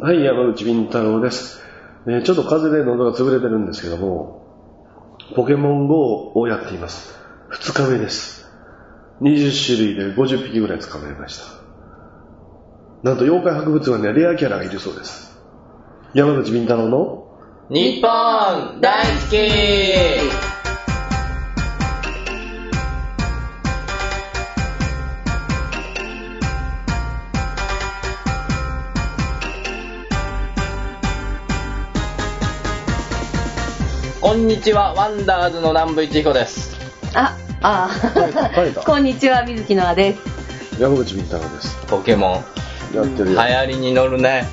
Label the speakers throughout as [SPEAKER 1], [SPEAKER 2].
[SPEAKER 1] はい、山内敏太郎です。えーちょっと風邪で喉が潰れてるんですけども、ポケモン GO をやっています。2日目です。20種類で50匹ぐらい捕まえました。なんと妖怪博物館にはレアキャラがいるそうです。山口敏太郎の
[SPEAKER 2] 日本大好きこんにちは、ワンダーズの南部一彦です。
[SPEAKER 3] あ、あ
[SPEAKER 1] バレた
[SPEAKER 3] あ、こんにちは、水木のあです。
[SPEAKER 1] 山口敏太郎です。
[SPEAKER 2] ポケモン、
[SPEAKER 1] やってる
[SPEAKER 2] 流
[SPEAKER 1] よ。
[SPEAKER 2] 行りに乗るね。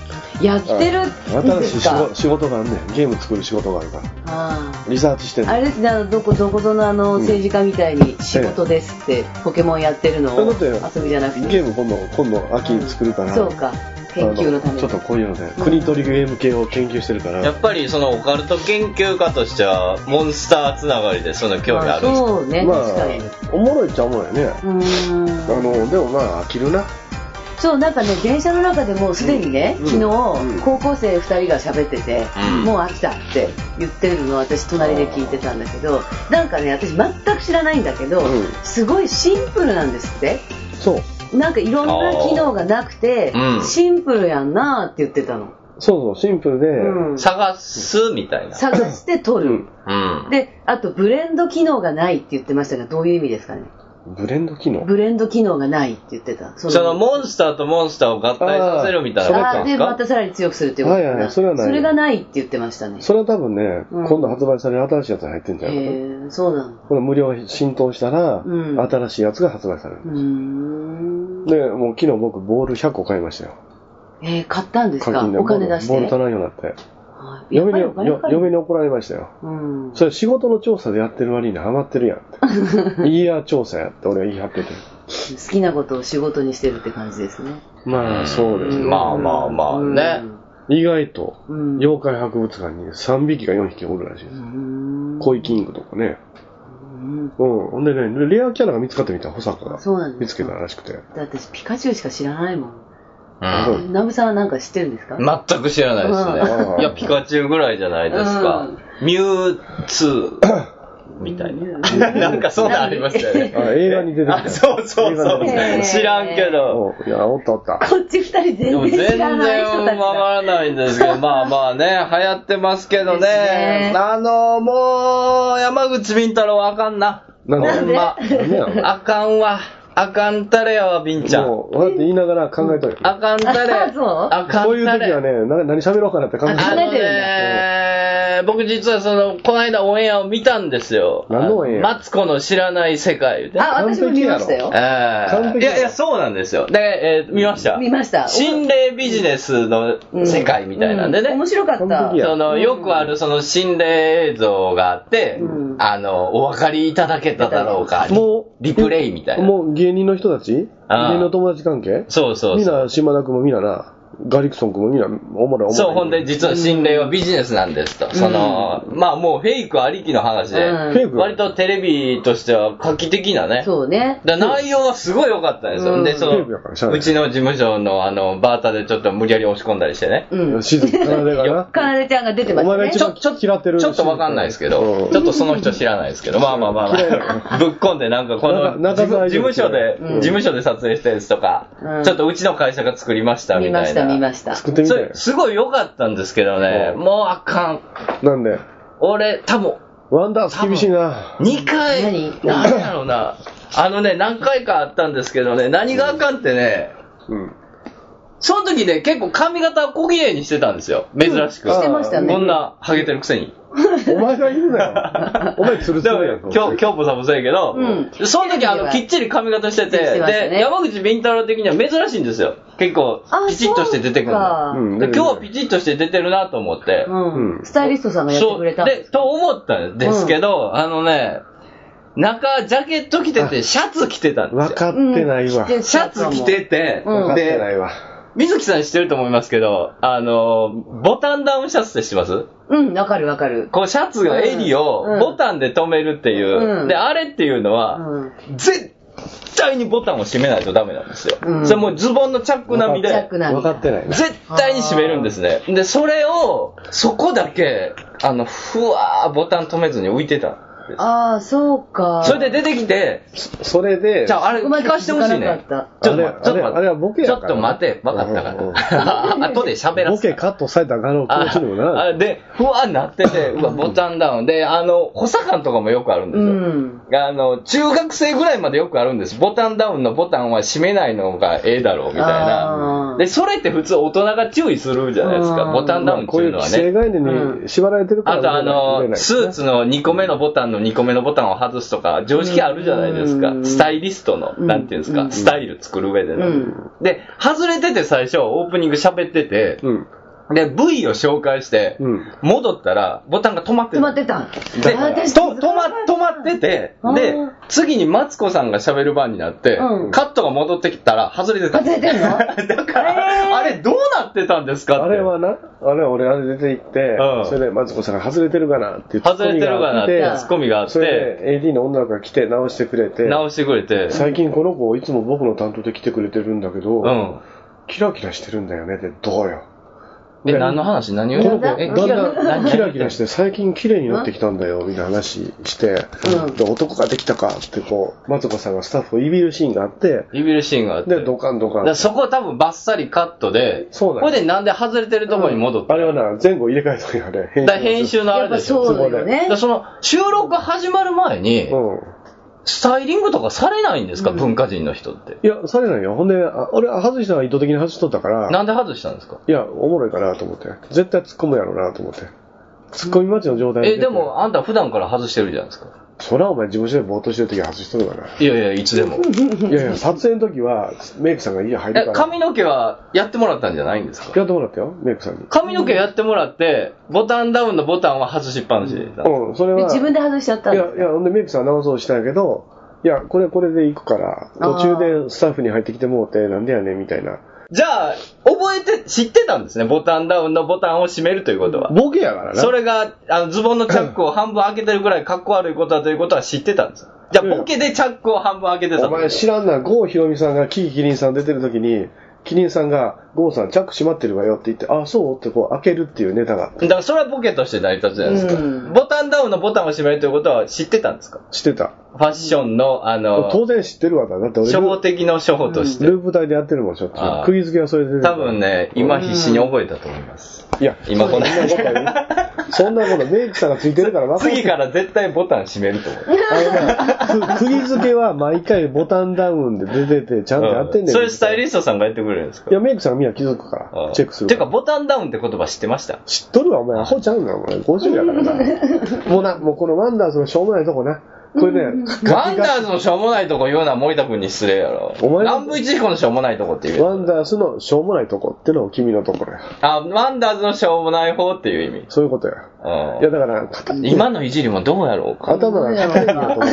[SPEAKER 3] やってる
[SPEAKER 1] あ
[SPEAKER 3] ん
[SPEAKER 1] 新
[SPEAKER 3] で
[SPEAKER 1] しい
[SPEAKER 3] す
[SPEAKER 1] 仕
[SPEAKER 3] か
[SPEAKER 1] 事仕事があんねん。ゲーム作る仕事があるから。
[SPEAKER 3] あ
[SPEAKER 1] リサーチしてん
[SPEAKER 3] ー
[SPEAKER 1] の。
[SPEAKER 3] あれですね、あのどこどこぞのあの
[SPEAKER 1] うん
[SPEAKER 3] 政治家みたいに仕事ですって、ポケモンやってるのを
[SPEAKER 1] だって
[SPEAKER 3] 遊びじゃなくて。
[SPEAKER 1] ゲーム今度、今度秋に作るから。
[SPEAKER 3] そうか、研究のために。
[SPEAKER 1] あちょっとこういうので、国取りゲーム系を研究してるから、
[SPEAKER 2] やっぱりそのオカルト研究家としては、モンスターつながりでその興味
[SPEAKER 3] ま
[SPEAKER 2] あ
[SPEAKER 3] あ
[SPEAKER 2] るんですか
[SPEAKER 3] そうね、
[SPEAKER 1] ま
[SPEAKER 3] 確かに。う
[SPEAKER 1] あおもろいっちゃおもろいね、あ
[SPEAKER 3] ーん
[SPEAKER 1] のでもまあ飽きるな
[SPEAKER 3] そうなんかね電車の中でもうすでにね、
[SPEAKER 1] うん
[SPEAKER 3] 昨日、
[SPEAKER 1] うん
[SPEAKER 3] 高校生2人が喋ってて、
[SPEAKER 2] うん
[SPEAKER 3] もう飽きたって言ってるのを私隣で聞いてたんだけどなんかね私全く知らないんだけど、
[SPEAKER 1] うん
[SPEAKER 3] すごいシンプルなんですって
[SPEAKER 1] そう
[SPEAKER 3] なんかいろんな機能がなくて、
[SPEAKER 2] うん
[SPEAKER 3] シンプルやんなーって言ってたの、
[SPEAKER 1] そうそうシンプルで、
[SPEAKER 3] うん
[SPEAKER 2] 探すみたいな。
[SPEAKER 3] 探して取る、
[SPEAKER 2] うん。
[SPEAKER 3] であとブレンド機能がないって言ってましたがどういう意味ですかね
[SPEAKER 1] ブレンド機能
[SPEAKER 3] ブレンド機能がないって言ってたそ
[SPEAKER 2] そのモンスターとモンスターを合体させるみたいな
[SPEAKER 3] あ
[SPEAKER 2] こと
[SPEAKER 3] ー
[SPEAKER 2] で
[SPEAKER 3] ですま
[SPEAKER 2] か
[SPEAKER 3] たさらに強くするっていうこ
[SPEAKER 1] は
[SPEAKER 3] と
[SPEAKER 1] い
[SPEAKER 3] か
[SPEAKER 1] はいはい
[SPEAKER 3] な
[SPEAKER 1] それはない
[SPEAKER 3] それがないって言ってましたね
[SPEAKER 1] それは多分ね、
[SPEAKER 3] うん
[SPEAKER 1] 今度発売される新しいやつが入ってんじゃ
[SPEAKER 3] へ
[SPEAKER 1] ん、
[SPEAKER 3] えそうなの
[SPEAKER 1] これ無料浸透したら、
[SPEAKER 3] うん
[SPEAKER 1] 新しいやつが発売される
[SPEAKER 3] う、ーん
[SPEAKER 1] でもう昨日僕ボール100個買いましたよ
[SPEAKER 3] えー、買ったんです
[SPEAKER 1] 課
[SPEAKER 3] か
[SPEAKER 1] 金で
[SPEAKER 3] お金出し
[SPEAKER 1] ボール足
[SPEAKER 3] て
[SPEAKER 1] らんようになって
[SPEAKER 3] はいやっ
[SPEAKER 1] 嫁
[SPEAKER 3] ぱ
[SPEAKER 1] に
[SPEAKER 3] りお金
[SPEAKER 1] よ
[SPEAKER 3] かかる
[SPEAKER 1] 嫁に怒られましたよ
[SPEAKER 3] うん
[SPEAKER 1] それ仕事の調査でやってる割には余ってるやんって イヤー調査やって俺は言い張ってて
[SPEAKER 3] 好きなことを仕事にしてるって感じですね
[SPEAKER 1] まあそうですね、
[SPEAKER 2] まあまあまあね。
[SPEAKER 1] 意外と
[SPEAKER 3] うんうん
[SPEAKER 1] 妖怪博物館に3匹か4匹おるらしいで
[SPEAKER 3] う
[SPEAKER 1] す。
[SPEAKER 3] ん
[SPEAKER 1] 恋キングとかね。
[SPEAKER 3] うん
[SPEAKER 1] うん。ほんでね、レアキャラが見つかってみた、保坂が。
[SPEAKER 3] そうなん
[SPEAKER 1] 見
[SPEAKER 3] で
[SPEAKER 1] つ
[SPEAKER 3] す
[SPEAKER 1] けた
[SPEAKER 3] だ
[SPEAKER 1] らしくて。
[SPEAKER 3] って私ピカチュウしか知らないもん
[SPEAKER 1] う
[SPEAKER 2] うん
[SPEAKER 1] ん
[SPEAKER 3] ナムさんはなんか知ってるんですか
[SPEAKER 2] 全く知らないですね。
[SPEAKER 1] うん
[SPEAKER 2] いや、ピカチュウぐらいじゃないですか
[SPEAKER 3] うん。
[SPEAKER 2] ミュウツーみたい な。なんかそんなんありましたよね。
[SPEAKER 1] あ、映画に出てき
[SPEAKER 2] あ、
[SPEAKER 1] た。
[SPEAKER 2] そうそうそう
[SPEAKER 3] へ。ー
[SPEAKER 2] 知らんけど。
[SPEAKER 1] おいや、おったおった。
[SPEAKER 3] こっち二人
[SPEAKER 2] でも
[SPEAKER 3] 全
[SPEAKER 2] 全
[SPEAKER 3] 然知
[SPEAKER 2] 然わ
[SPEAKER 3] らない人たちだ
[SPEAKER 2] からないんですけど、まあまあね、流行ってますけどね
[SPEAKER 3] ですね。
[SPEAKER 2] あの、もう、山口敏太郎はあかんな。
[SPEAKER 1] なん
[SPEAKER 2] ほん
[SPEAKER 1] で
[SPEAKER 2] ま。
[SPEAKER 1] なんでやろ
[SPEAKER 2] あかんわ。あかんたれやわ、敏ちゃん。
[SPEAKER 1] もう、こうやって言いながら考えとる。
[SPEAKER 2] あかんたれ。
[SPEAKER 3] あそう
[SPEAKER 2] あか
[SPEAKER 1] こうい
[SPEAKER 2] ん
[SPEAKER 1] う
[SPEAKER 2] た
[SPEAKER 1] 時
[SPEAKER 2] れ。
[SPEAKER 1] はね、な何喋ろうかなって考え
[SPEAKER 2] あ
[SPEAKER 3] あ
[SPEAKER 1] て
[SPEAKER 3] 考
[SPEAKER 1] る。
[SPEAKER 2] の
[SPEAKER 3] えてるんだ
[SPEAKER 2] ね、僕実はその、この間オンエアを見たんですよ。
[SPEAKER 1] 何のオンエア
[SPEAKER 2] マツコの知らない世界で。
[SPEAKER 3] あ私も見ましたよ
[SPEAKER 2] え
[SPEAKER 1] 完
[SPEAKER 2] ーい
[SPEAKER 1] 璧やろ
[SPEAKER 2] やいや、そうなんですよ。で、えー見ました。
[SPEAKER 3] 見ました
[SPEAKER 2] 心霊ビジネスの世界みたいなんでね。
[SPEAKER 3] うん面白かっ
[SPEAKER 1] 完
[SPEAKER 3] た
[SPEAKER 1] 璧や
[SPEAKER 2] そのよくあるその心霊映像があって、
[SPEAKER 3] うん
[SPEAKER 2] あの、お分かりいただけただろうか、
[SPEAKER 1] もう
[SPEAKER 2] リプレイみたいな。
[SPEAKER 1] もう芸人の人たち芸人
[SPEAKER 2] あー
[SPEAKER 1] の友達関係
[SPEAKER 2] そうそう
[SPEAKER 1] みん
[SPEAKER 2] そう。
[SPEAKER 1] な、島田君もみんなな、ガリクソン君もみんな、おもろいおもろい。
[SPEAKER 2] そう、ほんで、実は心霊はビジネスなんですと。その、まあもうフェイクありきの話で、
[SPEAKER 3] うん
[SPEAKER 1] フェイク
[SPEAKER 2] 割とテレビとしては画期的なね。
[SPEAKER 3] そうね
[SPEAKER 2] だから内容はすごい良かったんですよ。
[SPEAKER 3] うん
[SPEAKER 2] で、そ
[SPEAKER 1] テレビだからしゃあ
[SPEAKER 2] の、
[SPEAKER 1] ないう
[SPEAKER 2] ちの事務所のあの、バーターでちょっと無理やり押し込んだりしてね。
[SPEAKER 3] うん
[SPEAKER 1] 静かなでがな。
[SPEAKER 3] かなでちゃんが出てま
[SPEAKER 1] お
[SPEAKER 3] し
[SPEAKER 1] 前
[SPEAKER 3] た
[SPEAKER 1] が
[SPEAKER 3] ね
[SPEAKER 1] 一
[SPEAKER 2] ち
[SPEAKER 1] 番
[SPEAKER 2] ょちょ
[SPEAKER 1] 嫌ってる
[SPEAKER 2] ちょっとわかんないですけ
[SPEAKER 1] う
[SPEAKER 2] ど
[SPEAKER 1] ん、
[SPEAKER 2] ちょっとその人知らないですけど、まあまあまあまあ、ぶっこんでなんかこの
[SPEAKER 1] な
[SPEAKER 2] 事
[SPEAKER 1] 中澤
[SPEAKER 2] 務
[SPEAKER 1] 以上
[SPEAKER 2] 事務所で、
[SPEAKER 3] うん
[SPEAKER 2] 事務所で撮影したやつとか、
[SPEAKER 3] うん
[SPEAKER 2] ちょっとうちの会社が作りました
[SPEAKER 3] 見
[SPEAKER 2] み
[SPEAKER 3] ま
[SPEAKER 2] た
[SPEAKER 3] し
[SPEAKER 2] い
[SPEAKER 3] た
[SPEAKER 2] な。
[SPEAKER 3] 見ました
[SPEAKER 1] 作ってみ
[SPEAKER 2] そ
[SPEAKER 1] た
[SPEAKER 2] れ
[SPEAKER 1] よ、
[SPEAKER 2] すごい良かったんですけどね、
[SPEAKER 1] うん
[SPEAKER 2] もうあかん。
[SPEAKER 1] なんで、
[SPEAKER 2] 俺、多分、
[SPEAKER 1] ワンダース厳しいな。
[SPEAKER 2] 2回、
[SPEAKER 3] 何
[SPEAKER 2] なんだろうな、あのね、何回かあったんですけどね、何があかんってね、
[SPEAKER 1] うん。
[SPEAKER 2] その時ね、結構髪型を小綺麗にしてたんですよ。珍しく。
[SPEAKER 1] うん
[SPEAKER 3] してましたね
[SPEAKER 2] こんな、ハゲてるくせに。
[SPEAKER 1] お前が言うなよ。お前ツルツ
[SPEAKER 2] でも
[SPEAKER 1] ルやん。
[SPEAKER 2] 今日、今日もさんもそうやけど、
[SPEAKER 3] うん
[SPEAKER 2] その時あの、きっちり髪型してて、
[SPEAKER 3] きっちりしてましたね
[SPEAKER 2] で、山口敏太郎的には珍しいんですよ。結構
[SPEAKER 3] あ、
[SPEAKER 2] ピチッとして出てくる
[SPEAKER 3] そう
[SPEAKER 2] の。
[SPEAKER 3] か
[SPEAKER 1] うん
[SPEAKER 2] で今日はピチッとして出てるなと思って。
[SPEAKER 3] うん
[SPEAKER 1] うん
[SPEAKER 3] スタイリストさんがやってくれたん
[SPEAKER 2] で、
[SPEAKER 3] です
[SPEAKER 2] と思ったんですけど、あのね、中、ジャケット着てて、シャツ着てたんです
[SPEAKER 1] 分
[SPEAKER 2] よ。
[SPEAKER 1] かってないわ。
[SPEAKER 3] うん
[SPEAKER 2] シャツ着てて、
[SPEAKER 3] うん
[SPEAKER 1] 分かってな
[SPEAKER 2] で、
[SPEAKER 1] いわ。
[SPEAKER 2] 水木さん知ってると思いますけど、あの、ボタンダウンシャツって知ってます
[SPEAKER 3] うんわかるわかる
[SPEAKER 2] こうシャツの襟を
[SPEAKER 3] うん
[SPEAKER 2] ボタンで留めるっていう。
[SPEAKER 3] うん
[SPEAKER 2] で、あれっていうのは、
[SPEAKER 3] うん
[SPEAKER 2] 絶対にボタンを閉めないとダメなんですよ。
[SPEAKER 3] うん
[SPEAKER 2] それもうズボンのチャック並み
[SPEAKER 3] チャッ
[SPEAKER 2] で
[SPEAKER 3] ク、並み
[SPEAKER 1] 分かってないな。
[SPEAKER 2] 絶対に閉めるんですね。で、それを、そこだけ、あの、ふわーボタン止めずに浮いてたんです。
[SPEAKER 3] ああ、そうか。
[SPEAKER 2] それで出てきて、
[SPEAKER 1] それで、
[SPEAKER 2] じゃああれ
[SPEAKER 3] ここま
[SPEAKER 2] 聞
[SPEAKER 3] で
[SPEAKER 2] かしてほしいね
[SPEAKER 3] 気づかなか。
[SPEAKER 1] った
[SPEAKER 2] ちょっと待って、ちょっと
[SPEAKER 1] あれあれあれは
[SPEAKER 2] 待っ
[SPEAKER 1] ボケや
[SPEAKER 2] て。ち
[SPEAKER 1] か
[SPEAKER 2] ょ
[SPEAKER 1] ら
[SPEAKER 2] っと待て、分かった
[SPEAKER 1] うんうんうん
[SPEAKER 2] から。 後で喋ら
[SPEAKER 1] ボ
[SPEAKER 2] せて
[SPEAKER 1] ケカットされた側の気持ちにもなら
[SPEAKER 2] あで、ふわーなってて、うわ、ボタンダウン。で、あの、補佐官とかもよくあるんで
[SPEAKER 3] う
[SPEAKER 2] すよ。
[SPEAKER 3] ん。
[SPEAKER 2] あの、中学生ぐらいまでよくあるんです。ボタンダウンのボタンは閉めないのがええだろう、みたい
[SPEAKER 3] あ
[SPEAKER 2] な
[SPEAKER 3] ー。
[SPEAKER 2] で、それって普通大人が注意するじゃないです
[SPEAKER 3] う
[SPEAKER 2] か。
[SPEAKER 3] ん
[SPEAKER 2] ボタンダウンって
[SPEAKER 1] こう
[SPEAKER 2] い
[SPEAKER 1] いうう
[SPEAKER 2] のは
[SPEAKER 1] 規制
[SPEAKER 2] ね。
[SPEAKER 1] 概念に縛られてるか
[SPEAKER 2] あ
[SPEAKER 1] ら、
[SPEAKER 2] とあ
[SPEAKER 1] 売れない
[SPEAKER 2] の、スーツの2個目のボタンの2個目のボタンを外すとか、常識あるじゃないですか
[SPEAKER 3] う。ん
[SPEAKER 2] スタイリストの、
[SPEAKER 3] うん
[SPEAKER 2] なんていうんです
[SPEAKER 3] う
[SPEAKER 2] か、
[SPEAKER 3] ん
[SPEAKER 2] スタイル作る上で
[SPEAKER 3] う
[SPEAKER 2] の。
[SPEAKER 3] ん。
[SPEAKER 2] で、外れてて最初、オープニング喋ってて、
[SPEAKER 1] うん。
[SPEAKER 2] で、V を紹介して
[SPEAKER 1] うん、
[SPEAKER 2] 戻ったら、ボタンが止まって
[SPEAKER 3] 止
[SPEAKER 2] る
[SPEAKER 3] まってた。
[SPEAKER 2] で、
[SPEAKER 3] あ私
[SPEAKER 2] と止ま、止まってて
[SPEAKER 3] あ、ー
[SPEAKER 2] で、次にマツコさんが喋る番になって、
[SPEAKER 3] うん
[SPEAKER 2] カットが戻ってきたら外れてた。
[SPEAKER 3] 外れてんの
[SPEAKER 2] だから、あれどうなってたんですかって。
[SPEAKER 1] あれはな、あれは俺あれ出て行って、
[SPEAKER 2] うん
[SPEAKER 1] それでマツコさんが外れてるかなっていう
[SPEAKER 2] 外れてるかなってツ
[SPEAKER 3] ツ
[SPEAKER 2] ッ
[SPEAKER 3] ッ
[SPEAKER 2] コ
[SPEAKER 3] コ
[SPEAKER 2] ミがあっ
[SPEAKER 1] それ
[SPEAKER 2] て、
[SPEAKER 1] で AD の女の子が来て直してくれて、
[SPEAKER 2] 直してくれて、
[SPEAKER 1] 最近この子いつも僕の担当で来てくれてるんだけど、
[SPEAKER 2] うん。
[SPEAKER 1] キラキラしてるんだよねってどうよ。
[SPEAKER 2] え、
[SPEAKER 1] ね
[SPEAKER 2] 何の話何を
[SPEAKER 1] こ
[SPEAKER 2] 言
[SPEAKER 1] の
[SPEAKER 2] う
[SPEAKER 1] 子だ
[SPEAKER 2] の
[SPEAKER 1] ん
[SPEAKER 2] え、
[SPEAKER 1] だんキラキラ
[SPEAKER 2] し
[SPEAKER 1] して最近綺麗になってきたんだよみたいな話して、
[SPEAKER 3] うん
[SPEAKER 1] で男ができたかってこう、マツコさんがスタッフをいびるシーンがあって、
[SPEAKER 2] て。ビるシーンがあって。
[SPEAKER 1] で、ドカンドカ
[SPEAKER 2] だ
[SPEAKER 1] ン
[SPEAKER 2] から。そこ多分バッサリカットで、
[SPEAKER 1] そうだよ
[SPEAKER 2] これでなんで外れてるとこに戻った。
[SPEAKER 1] あれはな、前後入れ替えたんやね。
[SPEAKER 2] だから編集のあ
[SPEAKER 3] やっ
[SPEAKER 2] れ
[SPEAKER 3] ぱ
[SPEAKER 2] でしょ。
[SPEAKER 3] そうだ
[SPEAKER 2] だ
[SPEAKER 3] よね
[SPEAKER 2] から。その、収録始まる前に、
[SPEAKER 1] うん。
[SPEAKER 2] スタイリングとかされないんですか、文化人の人って。
[SPEAKER 1] いや、されないよ。ほんで、あ俺、外したのは意図的に外しとったから、
[SPEAKER 2] なんで外したんですか
[SPEAKER 1] いや、おもろいかなと思って。絶対突っ込むやろうなと思って。突っ込み待ちの状態
[SPEAKER 2] え、
[SPEAKER 1] 出て
[SPEAKER 2] で、もあんた普段から外してるじゃないですか。
[SPEAKER 1] そらお前事務所でぼーっとしてる時は外しとるから。
[SPEAKER 2] いやいや、いつでも。
[SPEAKER 1] いやいや、撮影の時は、メイクさんが家入る
[SPEAKER 2] え
[SPEAKER 1] か、ら。
[SPEAKER 2] 髪の毛はやってもらったんじゃないんですか
[SPEAKER 1] やってもらったよ、メイクさんに。
[SPEAKER 2] 髪の毛やってもらって、ボタンダウンのボタンは外しっぱなしでいた。
[SPEAKER 1] うん、それは。
[SPEAKER 3] で自分で外しちゃった
[SPEAKER 1] い
[SPEAKER 3] の
[SPEAKER 1] や、いや、ほんでメイクさん直そうしたんやけど、いや、これはこれで行くから、途中でスタッフに入ってきてもうて、なんでやねんみたいな。
[SPEAKER 2] じゃあ、覚えて、知ってたんですね。ボタンダウンのボタンを閉めるということは。
[SPEAKER 1] ボケやからな。
[SPEAKER 2] それが、あの、ズボンのチャックを半分開けてるぐらいかっこ悪いことだということは知ってたんです。じゃあ、ボケでチャックを半分開けてた
[SPEAKER 1] お前知らんな、郷ひろみさんがキーキリンさん出てる時に、キリンさんが、郷さんチャック閉まってるわよって言って、あ、そうってこう開けるっていうネタが
[SPEAKER 2] だからそれはボケとして成り立つじゃないですか。
[SPEAKER 3] うん
[SPEAKER 2] ボタンダウンのボタンを閉めるということは知ってたんですか
[SPEAKER 1] してた。
[SPEAKER 2] ファッションの、あの、
[SPEAKER 1] 当然知ってるわだ。だって俺
[SPEAKER 2] 初
[SPEAKER 1] ル
[SPEAKER 2] 歩
[SPEAKER 1] ー、
[SPEAKER 2] 的な処方として。
[SPEAKER 1] ループ台でやってるもん、ちょっ
[SPEAKER 2] ああ
[SPEAKER 1] と。釘付けはそれで出て
[SPEAKER 2] 多分ね、今必死に覚えたと思います。
[SPEAKER 1] いや、
[SPEAKER 2] 今こんな
[SPEAKER 1] そんなことは言うそんなこと、メイクさんがついてるから分かる
[SPEAKER 2] 次から絶対ボタン閉めると思う。
[SPEAKER 1] あのなく釘付けは毎回ボタンダウンで出てて、ちゃんと やってんねんけど。
[SPEAKER 2] それスタイリストさんがやってくれるんですか
[SPEAKER 1] いや、メイクさんがみんな気づくから、チェックする
[SPEAKER 2] てか、
[SPEAKER 1] ら。
[SPEAKER 2] ボタンダウンって言葉知ってました
[SPEAKER 1] 知っとるわ、お前、アホちゃうんだ、お前。50やからな。もうな、もうこのワンダーズのしょうもないとこな。これね、
[SPEAKER 2] ワンダーズのしょうもないとこ言うのは森田君に失礼やろ。
[SPEAKER 1] お前
[SPEAKER 2] 南部一彦のしょうもないとこって言
[SPEAKER 1] ワ
[SPEAKER 2] う
[SPEAKER 1] ン
[SPEAKER 2] やつ。
[SPEAKER 1] ダースのしょうもないとこってのを君のところや。
[SPEAKER 2] あ、ワンダーズのしょうもない方っていう意味。
[SPEAKER 1] そういうことや。
[SPEAKER 2] うん
[SPEAKER 1] いや、だから、片
[SPEAKER 2] 今のいじりもどうやろうか。
[SPEAKER 1] 頭が硬いんだと思う。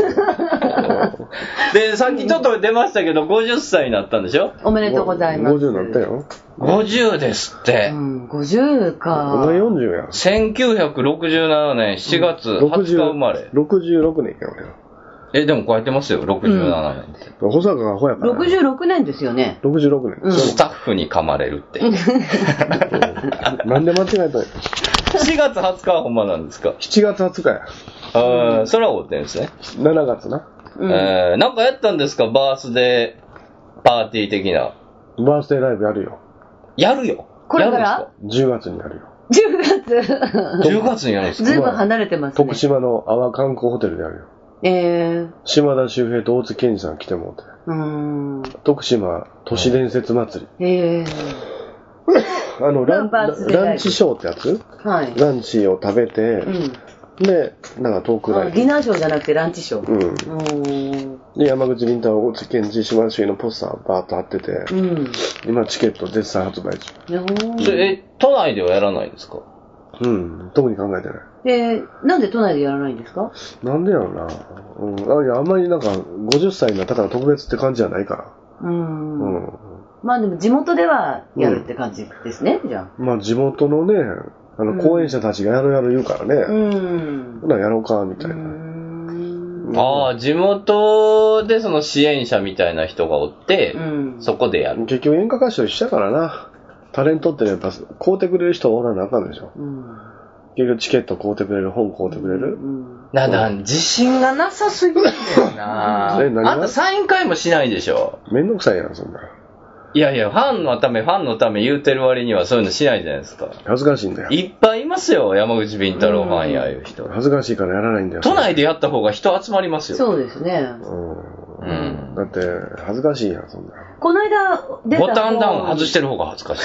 [SPEAKER 2] で、さっきちょっと出ましたけど、50歳になったんでしょ
[SPEAKER 3] おめでとうございます。
[SPEAKER 1] 50になった。よ。
[SPEAKER 2] ?50 ですっ
[SPEAKER 3] う
[SPEAKER 2] て。
[SPEAKER 3] ん、50か。
[SPEAKER 1] お前40や。
[SPEAKER 2] 1967年7月20日生まれ
[SPEAKER 1] 60。66年や、俺は。
[SPEAKER 2] え、でもこうやってますよ、67年って。
[SPEAKER 1] 保坂がアホやから。
[SPEAKER 3] 66年ですよね。
[SPEAKER 1] 66年。
[SPEAKER 2] スタッフに噛まれる って。
[SPEAKER 1] なんで間違えたんや。
[SPEAKER 2] 4月20日はほんまなんですか
[SPEAKER 1] 7月20日や。
[SPEAKER 2] あーそれは終わってるんですね。
[SPEAKER 1] 7月な。
[SPEAKER 3] うん
[SPEAKER 2] えーなんかやったんですかバースデーパーティー的な。
[SPEAKER 1] バースデーライブやるよ。
[SPEAKER 2] やるよ。
[SPEAKER 3] これから
[SPEAKER 2] やるんで
[SPEAKER 1] 10月にやるよ。
[SPEAKER 2] すか
[SPEAKER 3] 10
[SPEAKER 2] ?10 月にやるんです か
[SPEAKER 3] 月。ずいぶん離れてますね
[SPEAKER 1] 徳。島の阿波観光ホテルでやるよ。
[SPEAKER 3] えー、
[SPEAKER 1] 島田秀平と大津健二さん来てもうて。
[SPEAKER 3] うーん。
[SPEAKER 1] 徳島都市伝説祭
[SPEAKER 3] えー、
[SPEAKER 1] り。あの、ラン、
[SPEAKER 3] ナンバーズでライブ
[SPEAKER 1] ランチショーってやつ
[SPEAKER 3] はい。
[SPEAKER 1] ランチを食べて
[SPEAKER 3] う、ん。
[SPEAKER 1] で、なんかトークラ
[SPEAKER 3] あ
[SPEAKER 1] イ
[SPEAKER 3] ディ
[SPEAKER 1] ブ。
[SPEAKER 3] ナーショーじゃなくてランチショー。
[SPEAKER 1] うん。
[SPEAKER 3] うーん。
[SPEAKER 1] で、山口凛太郎、大津健二、島田秀平のポスターバーッと貼ってて、
[SPEAKER 3] うん。
[SPEAKER 1] 今チケット絶賛発売中。
[SPEAKER 3] いや
[SPEAKER 2] それえ、都内ではやらないですか
[SPEAKER 1] うん。特に考えてない。
[SPEAKER 3] で、なんで都内でやらないんですか
[SPEAKER 1] なんでやろな。うん。あ、いや、あんまりなんか、50歳になったから特別って感じじゃないから。う
[SPEAKER 3] う。
[SPEAKER 1] んん。
[SPEAKER 3] まあでも地元ではやるって感じですね、じゃ
[SPEAKER 1] まあ、地元のね、あ
[SPEAKER 3] う
[SPEAKER 1] の、
[SPEAKER 3] ん
[SPEAKER 1] 講演者たちがやろうやろう言うからね
[SPEAKER 3] あ。。うん。
[SPEAKER 1] ほな、やろうか、みた
[SPEAKER 3] う
[SPEAKER 1] い
[SPEAKER 3] ー
[SPEAKER 1] な。
[SPEAKER 3] ん
[SPEAKER 2] ああ、地元でその支援者みたいな人がおって、
[SPEAKER 3] うん。
[SPEAKER 2] そこでやる。
[SPEAKER 1] 結局演歌歌手と一緒やからな。タレントってやっぱ、買うてくれる人おらなあかんでしょ。
[SPEAKER 3] うん。
[SPEAKER 1] 結局チケット買うてくれる、本買うてくれる。
[SPEAKER 3] うん。
[SPEAKER 2] な、だ、自信がなさすぎるんだよな。あ
[SPEAKER 1] え何が
[SPEAKER 2] んたサイン会もしないでしょ。
[SPEAKER 1] めんどくさいやん、そんな。
[SPEAKER 2] いやいや、ファンのため、ファンのため言うてる割にはそういうのしないじゃないですか。
[SPEAKER 1] 恥ずかしいんだよ。
[SPEAKER 2] いっぱいいますよ、山口敏太郎ファンやいう人。
[SPEAKER 1] 恥ずかしいからやらないんだよ。
[SPEAKER 2] 都内でやった方が人集まりますよ。
[SPEAKER 3] そうですね。
[SPEAKER 1] う。
[SPEAKER 2] うんん。
[SPEAKER 1] だって、恥ずかしいやん、そんな。
[SPEAKER 3] この間出た
[SPEAKER 2] ボタンダウン外してる方が恥ずか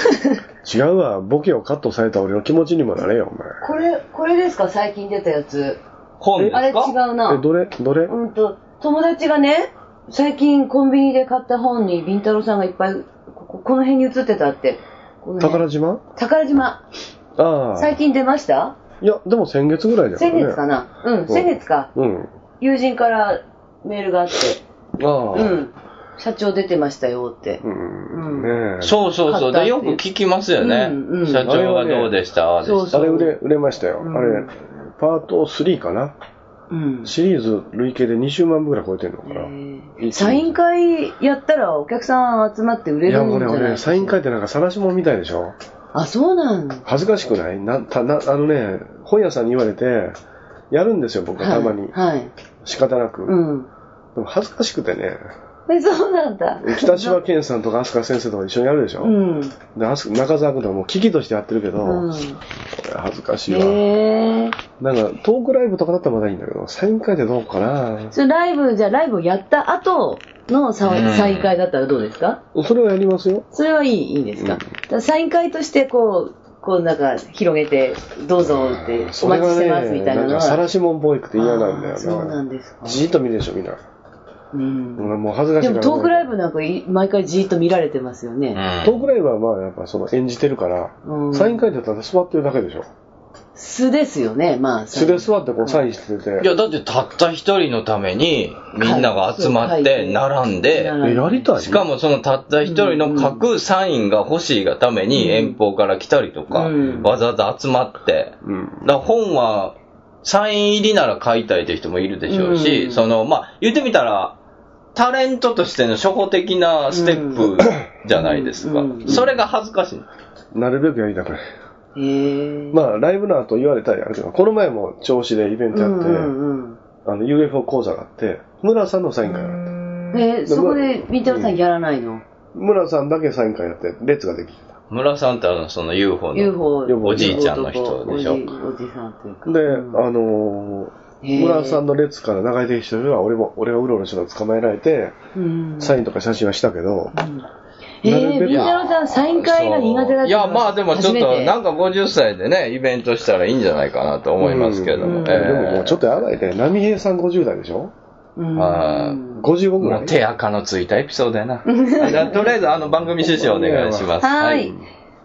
[SPEAKER 2] し い。
[SPEAKER 1] 違うわ、ボケをカットされた俺の気持ちにもなれよ、お
[SPEAKER 3] これ、これですか最近出たやつ。
[SPEAKER 2] 本です
[SPEAKER 3] あれ違
[SPEAKER 2] か
[SPEAKER 3] う
[SPEAKER 1] 前。え、
[SPEAKER 3] な。
[SPEAKER 1] どれどれ
[SPEAKER 3] うんと、友達がね、最近コンビニで買った本に、ビンタロウさんがいっぱい、こここの辺に写ってたって。この辺
[SPEAKER 1] 宝島
[SPEAKER 3] 宝島。
[SPEAKER 1] ああ。
[SPEAKER 3] 最近出ました
[SPEAKER 1] いや、でも先月ぐらいだよね。
[SPEAKER 3] 先月かなうん、先月か。
[SPEAKER 1] うん。
[SPEAKER 3] 友人からメールがあって、
[SPEAKER 1] ああ。
[SPEAKER 3] う。ん、社長出てましたよって。
[SPEAKER 1] うん。ねえ。
[SPEAKER 2] そうそうそう。で、よく聞きますよね
[SPEAKER 3] うんうん。
[SPEAKER 2] 社長がどうでしたああで
[SPEAKER 3] そう
[SPEAKER 2] し
[SPEAKER 3] そ
[SPEAKER 1] あ
[SPEAKER 3] う。
[SPEAKER 1] れ売れ、売れましたよ。
[SPEAKER 3] うん
[SPEAKER 1] あれ、パート3かな
[SPEAKER 3] うん。
[SPEAKER 1] シリーズ累計で20万部ぐらい超えてるのかな。
[SPEAKER 3] えーサイン会やったらお客さん集まって売れ
[SPEAKER 1] い
[SPEAKER 3] る
[SPEAKER 1] や、
[SPEAKER 3] んじ
[SPEAKER 1] これ
[SPEAKER 3] ゃない
[SPEAKER 1] 俺、サイン会ってなんか晒し物みたいでしょ
[SPEAKER 3] あ、そうなんだ。
[SPEAKER 1] 恥ずかしくないな、た、な、あのね、本屋さんに言われて、やるんですよ、僕はたまに。
[SPEAKER 3] はい。はい
[SPEAKER 1] 仕方なく。
[SPEAKER 3] うん。
[SPEAKER 1] でも恥ずかしくてね、
[SPEAKER 3] え、そうなんだ。
[SPEAKER 1] 北島健さんとか飛鳥先生とか一緒にやるでしょ、
[SPEAKER 3] うん。うん。
[SPEAKER 1] で飛鳥中澤君とかもう危機としてやってるけど、これ恥ずかしいわ、
[SPEAKER 3] へえ。
[SPEAKER 1] なんかトークライブとかだったらまだいいんだけど、サイン会でどうかな
[SPEAKER 3] それライブ、じゃあライブをやった後のサ
[SPEAKER 2] うん
[SPEAKER 3] サイン会だったらどうですか
[SPEAKER 1] それはやりますよ。
[SPEAKER 3] それはいい、いいですか,、サイン会としてこう、こうなんか広げて、どうぞって、お待ち
[SPEAKER 1] それが
[SPEAKER 3] してますみ
[SPEAKER 1] ね、
[SPEAKER 3] たいな
[SPEAKER 1] なん
[SPEAKER 3] の
[SPEAKER 1] か
[SPEAKER 3] は。
[SPEAKER 1] 晒しもんっぽくて嫌なんだよ
[SPEAKER 3] あー
[SPEAKER 1] な。
[SPEAKER 3] そうなんですか。
[SPEAKER 1] じーっと見るでしょ、みんな。
[SPEAKER 3] うん。
[SPEAKER 1] 俺もう恥ずかしいか
[SPEAKER 3] で
[SPEAKER 1] ら
[SPEAKER 3] も
[SPEAKER 1] ね。
[SPEAKER 3] トークライブなんかい毎回じーっと見られてますよ
[SPEAKER 2] ょ。う
[SPEAKER 3] ね。
[SPEAKER 2] ん
[SPEAKER 1] トークライブはまあやっぱその演じてるから、
[SPEAKER 3] うん
[SPEAKER 1] サイン会だったら座ってるだけでしょ。
[SPEAKER 3] 素ですよね、まあ。
[SPEAKER 1] 素で座ってこうサインしてて、
[SPEAKER 2] いや、だってたった一人のために、みんなが集まっ
[SPEAKER 3] は
[SPEAKER 2] て、
[SPEAKER 3] い
[SPEAKER 2] 並んで、
[SPEAKER 3] 並ん
[SPEAKER 1] えやりたい
[SPEAKER 2] しかもそのたった一人の書くサインが欲しいがために遠方から来たりとか、
[SPEAKER 3] うん
[SPEAKER 2] わざわざ集まって、
[SPEAKER 1] うん。
[SPEAKER 2] だから本はサイン入りなら買いたいという人もいるでしょうし、
[SPEAKER 3] うん
[SPEAKER 2] その、まあ、言ってみたら、タレントとしての初歩的なステップじゃないですか。
[SPEAKER 3] うんうん
[SPEAKER 2] それが恥ずかしい。
[SPEAKER 1] なるべくやりたくない。
[SPEAKER 3] へー。
[SPEAKER 1] まあ、ライブの後言われたらやるけど、この前も調子でイベントやって、
[SPEAKER 3] うんうん
[SPEAKER 1] あの、UFO 講座があって、村さんのサイン会があって、
[SPEAKER 3] うん、えーそこで、みンタロウさんやらないの、
[SPEAKER 1] 村さんだけサイン会やって、列ができてた。
[SPEAKER 2] 村さんってあの、その UFO の。
[SPEAKER 3] ?UFO
[SPEAKER 2] おじいちゃんの人でしょ
[SPEAKER 3] おじおじさんというか。
[SPEAKER 1] で、
[SPEAKER 3] うん
[SPEAKER 1] あの
[SPEAKER 3] へ
[SPEAKER 1] ー、
[SPEAKER 3] ー
[SPEAKER 1] 村さんの列から流れてきた人は、俺も、俺がうろうろしてたら捕まえられて、
[SPEAKER 3] うん、
[SPEAKER 1] サインとか写真はしたけど、
[SPEAKER 3] え
[SPEAKER 1] なるべ
[SPEAKER 3] ー、
[SPEAKER 1] く
[SPEAKER 3] みンタロウさん、サイン会が苦手だって
[SPEAKER 2] いや、まあでもちょっと、なん
[SPEAKER 3] か、
[SPEAKER 2] か50歳でね、イベントしたらいいんじゃないかなと思いますけれども。
[SPEAKER 3] う
[SPEAKER 2] え
[SPEAKER 3] ん
[SPEAKER 2] ー
[SPEAKER 1] でももうちょっとやばいね。波平さん50代でしょ
[SPEAKER 3] うん
[SPEAKER 2] はい
[SPEAKER 1] ?55 ぐ
[SPEAKER 2] も
[SPEAKER 1] ら
[SPEAKER 2] う
[SPEAKER 1] い。
[SPEAKER 2] 手垢のついたエピソードやな。 じゃあとりあえずあの番組趣旨をお願いします。
[SPEAKER 3] はい。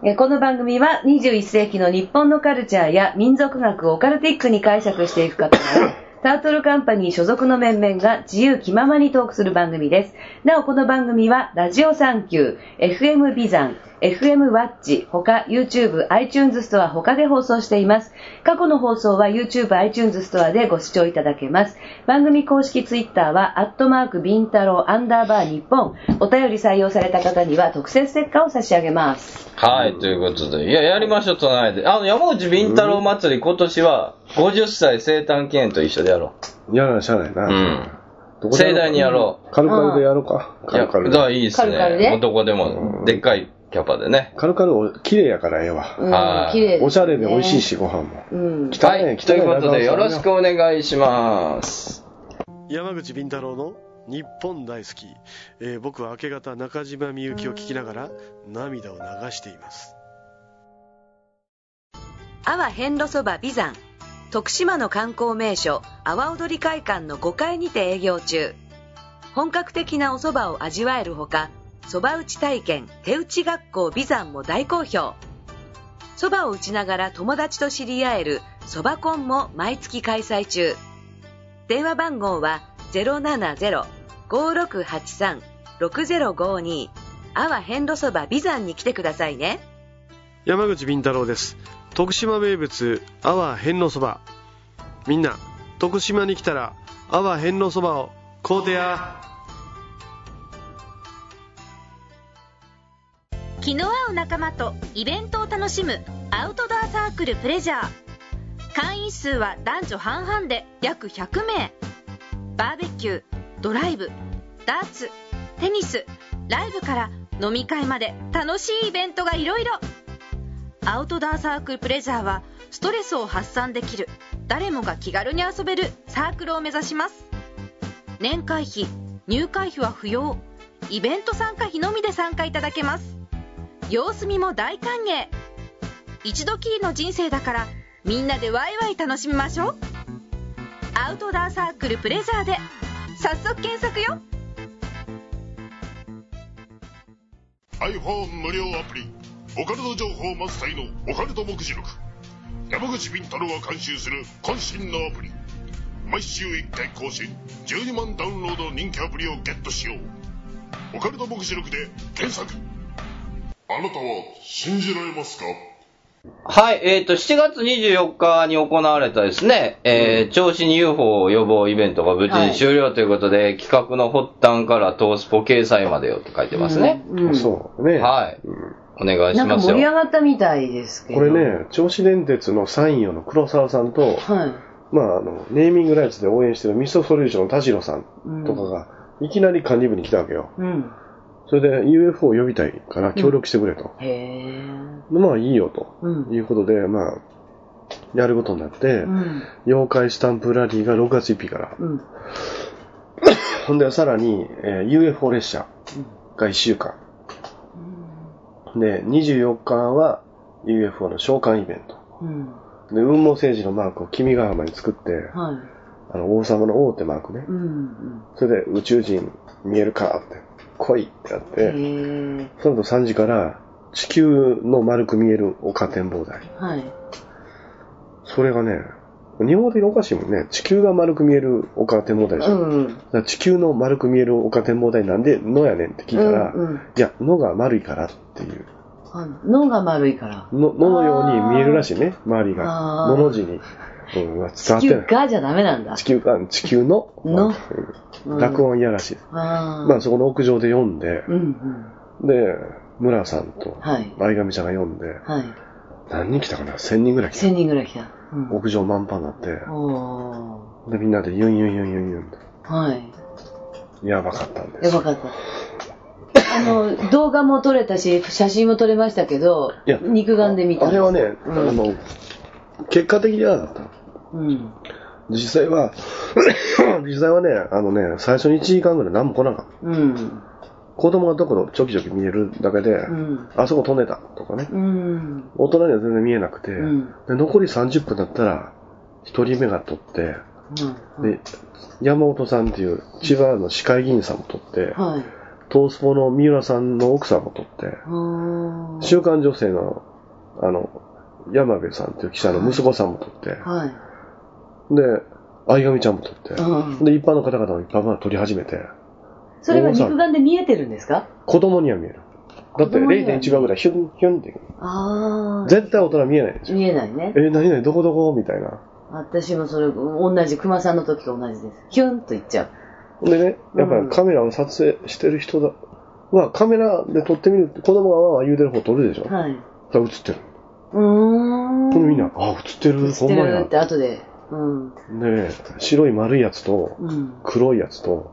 [SPEAKER 3] えーこの番組は21世紀の日本のカルチャーや民族学をオカルティックに解釈していく方々タートルカンパニー所属の面々が自由気ままにトークする番組です。なお、この番組は、ラジオサンキュー、FM ビザン、FM ワッチ、他 YouTube、iTunes ストア、他で放送しています。過去の放送は YouTube、iTunes ストアでご視聴いただけます。番組公式 Twitter は、アットマーク、ビンタロウ、アンダーバー、日本。お便り採用された方には、特設ステッカーを差し上げます。
[SPEAKER 2] はい、ということで。いや、やりましょう、隣で。あの、山内ビンタロウ祭り、今年は、50歳生誕記念と一緒でやろ
[SPEAKER 1] やらなしゃあないな。
[SPEAKER 2] う。うん。
[SPEAKER 1] どやろ
[SPEAKER 2] 盛
[SPEAKER 1] う
[SPEAKER 2] 大にやろ
[SPEAKER 1] カルカルでやろうか。
[SPEAKER 2] う。い
[SPEAKER 1] カ
[SPEAKER 2] や、
[SPEAKER 1] ルカ
[SPEAKER 2] だか
[SPEAKER 1] ル
[SPEAKER 2] らいいっす
[SPEAKER 3] カルカルで
[SPEAKER 2] ね。男でも、でっかいキャパでね。
[SPEAKER 1] カルカルお、綺麗やからええわ。
[SPEAKER 3] うん
[SPEAKER 2] はい
[SPEAKER 3] 綺麗ですね
[SPEAKER 1] おしゃれで美味しいし、ご飯も。
[SPEAKER 3] うん。
[SPEAKER 1] 汚
[SPEAKER 2] はいい、ということで、よろし。
[SPEAKER 1] 汚
[SPEAKER 2] くお願いします。
[SPEAKER 1] 山口敏太郎の日本大好き。えー僕は明け方中島みゆきを聞きながら涙を流しています。
[SPEAKER 3] 阿波遍路そば美山徳島の観光名所阿波踊り会館の5階にて営業中本格的なお蕎麦を味わえるほか蕎麦打ち体験手打ち学校美山も大好評蕎麦を打ちながら友達と知り合える蕎麦コンも毎月開催中電話番号は070-5683-6052阿波遍路そば美山に来てくださいね
[SPEAKER 1] 山口敏太郎です徳島名物阿波遍路そばみんな徳島に来たら阿波遍路そばを買うてや
[SPEAKER 4] 気の合う仲間とイベントを楽しむアウトドアサークルプレジャー会員数は男女半々で約100名バーベキュードライブダーツテニスライブから飲み会まで楽しいイベントがいろいろアウトドアサークルプレジャーはストレスを発散できる誰もが気軽に遊べるサークルを目指します年会費入会費は不要イベント参加費のみで参加いただけます様子見も大歓迎一度きりの人生だからみんなでワイワイ楽しみましょうアウトドアサークルプレジャーで早速検索よ
[SPEAKER 5] iPhone 無料アプリオカルト情報満載のオカルト目次録山口敏太郎が監修する渾身のアプリ毎週1回更新12万ダウンロードの人気アプリをゲットしようオカルト目次録で検索あなたは信じられますか
[SPEAKER 2] はい、えっ、と、7月24日に行われたですね、えー、調子に UFO 予防イベントが無事に終了ということで、企画の発端からトースポ掲載までよって書いてますね。
[SPEAKER 3] うん
[SPEAKER 1] そうね。
[SPEAKER 2] はい。お願い
[SPEAKER 3] な
[SPEAKER 2] し
[SPEAKER 3] んか
[SPEAKER 2] ます
[SPEAKER 3] 盛
[SPEAKER 2] よ
[SPEAKER 3] り。上がったみたいですけど。
[SPEAKER 1] これ。ね、銚子電鉄のサインをの黒沢さんと、
[SPEAKER 3] はい。
[SPEAKER 1] まあ、あの、ネーミングライツで応援してるミストソリューションの田代さんとかが、いきなり管理部に来たわけよ。
[SPEAKER 3] うん。
[SPEAKER 1] それで UFO を呼びたいから協力してくれと。
[SPEAKER 3] へえ。
[SPEAKER 1] でまあ、いいよと。
[SPEAKER 3] うん。
[SPEAKER 1] いうことで、まあ、やることになって、
[SPEAKER 3] うん。
[SPEAKER 1] 妖怪スタンプラリーが6月1日から。
[SPEAKER 3] うん。
[SPEAKER 1] ほんで、さらに、えー UFO 列車が1週間。で、24日は UFO の召喚イベント。
[SPEAKER 3] うん。
[SPEAKER 1] で、雲門政治のマークを君ヶ浜に作って、
[SPEAKER 3] はい。
[SPEAKER 1] あの、王様の王ってマークね
[SPEAKER 3] う。ん。
[SPEAKER 1] それで、宇宙人見えるかって、来いってなって、
[SPEAKER 3] へえ。
[SPEAKER 1] その後3時から、地球の丸く見える丘展望台。
[SPEAKER 3] はい。
[SPEAKER 1] それがね、日本語的におかしいもんね。地球が丸く見える丘展望台でし
[SPEAKER 3] う
[SPEAKER 1] ょ。
[SPEAKER 3] ん。うん。
[SPEAKER 1] だから地球の丸く見える丘展望台なんで、のやねんって聞いたら、
[SPEAKER 3] うんうん
[SPEAKER 1] いや、のが丸いからっていう。
[SPEAKER 3] はい脳が丸いから。
[SPEAKER 1] の、ののように見えるらしいね、周りが。
[SPEAKER 3] あー
[SPEAKER 1] のの字に。うん、うわ伝わって
[SPEAKER 3] 地球
[SPEAKER 1] ない。
[SPEAKER 3] がじゃダメなんだ
[SPEAKER 1] 地。球か、地球の、
[SPEAKER 3] の
[SPEAKER 1] うん落音やらしい。
[SPEAKER 3] ああ。
[SPEAKER 1] まあ、そこの屋上で読んで、
[SPEAKER 3] うんうん。
[SPEAKER 1] で、村さんと、
[SPEAKER 3] はい。
[SPEAKER 1] 相上さんが読んで、
[SPEAKER 3] はい。
[SPEAKER 1] 何人来たかな ?1000 人ぐらい来
[SPEAKER 3] 1000
[SPEAKER 1] た。
[SPEAKER 3] 人ぐらい来た。うん。
[SPEAKER 1] 屋上満帆になって、
[SPEAKER 3] お
[SPEAKER 1] で、みんなでユンユンユンユンユンっ
[SPEAKER 3] ー。はい。
[SPEAKER 1] てやばかったんで
[SPEAKER 3] や
[SPEAKER 1] す
[SPEAKER 3] ば。かった。あの、動画も撮れたし、写真も撮れましたけど
[SPEAKER 1] いや、
[SPEAKER 3] 肉眼で見た。
[SPEAKER 1] あれはね、
[SPEAKER 3] うん
[SPEAKER 1] あの、結果的にはだった。
[SPEAKER 3] うん。
[SPEAKER 1] 実際は、 実際はね、あのね、最初に1時間ぐらい何も来なかった。
[SPEAKER 3] うん。
[SPEAKER 1] 子供がどこどこちょきちょき見えるだけで、
[SPEAKER 3] うん。
[SPEAKER 1] あそこ飛んでたとかね。
[SPEAKER 3] うん。
[SPEAKER 1] 大人には全然見えなくて、
[SPEAKER 3] ん
[SPEAKER 1] で残り30分だったら、1人目が取って、
[SPEAKER 3] うん
[SPEAKER 1] で、山本さんっていう千葉の市会議員さんも取って、
[SPEAKER 3] はい。
[SPEAKER 1] 東スポの三浦さんの奥さんも取って、
[SPEAKER 3] は
[SPEAKER 1] 週刊女性の、あの、山部さんっていう記者の息子さんも取って、
[SPEAKER 3] あ。はい。
[SPEAKER 1] で、相上ちゃんも取って、
[SPEAKER 3] うん
[SPEAKER 1] で、一般の方々もいっぱいまだ取り始めて、
[SPEAKER 3] それは肉眼で見えてるんですか
[SPEAKER 1] 子供には見える。だって
[SPEAKER 3] 子供には
[SPEAKER 1] 0.1秒ぐらいヒュンヒュンって。
[SPEAKER 3] ああ。
[SPEAKER 1] 絶対大人見えないでしょ。
[SPEAKER 3] 見えないね
[SPEAKER 1] え。ー、何々どこどこみたいな。
[SPEAKER 3] 私もそれ、同じ、熊さんの時と同じです。ヒュンといっちゃう。
[SPEAKER 1] でね、やっぱりカメラを撮影してる人だ、はカメラで撮ってみるって子供がわーわー言うてる方撮るでしょ。
[SPEAKER 3] はい。う
[SPEAKER 1] それ映ってる。
[SPEAKER 3] ーん。
[SPEAKER 1] これみんな、あ、映ってる、
[SPEAKER 3] 知っ
[SPEAKER 1] ほん
[SPEAKER 3] て
[SPEAKER 1] ま
[SPEAKER 3] る
[SPEAKER 1] や。
[SPEAKER 3] って
[SPEAKER 1] で
[SPEAKER 3] 後で。うん。
[SPEAKER 1] ね、白い丸いやつと、
[SPEAKER 3] うん。
[SPEAKER 1] 黒いやつと、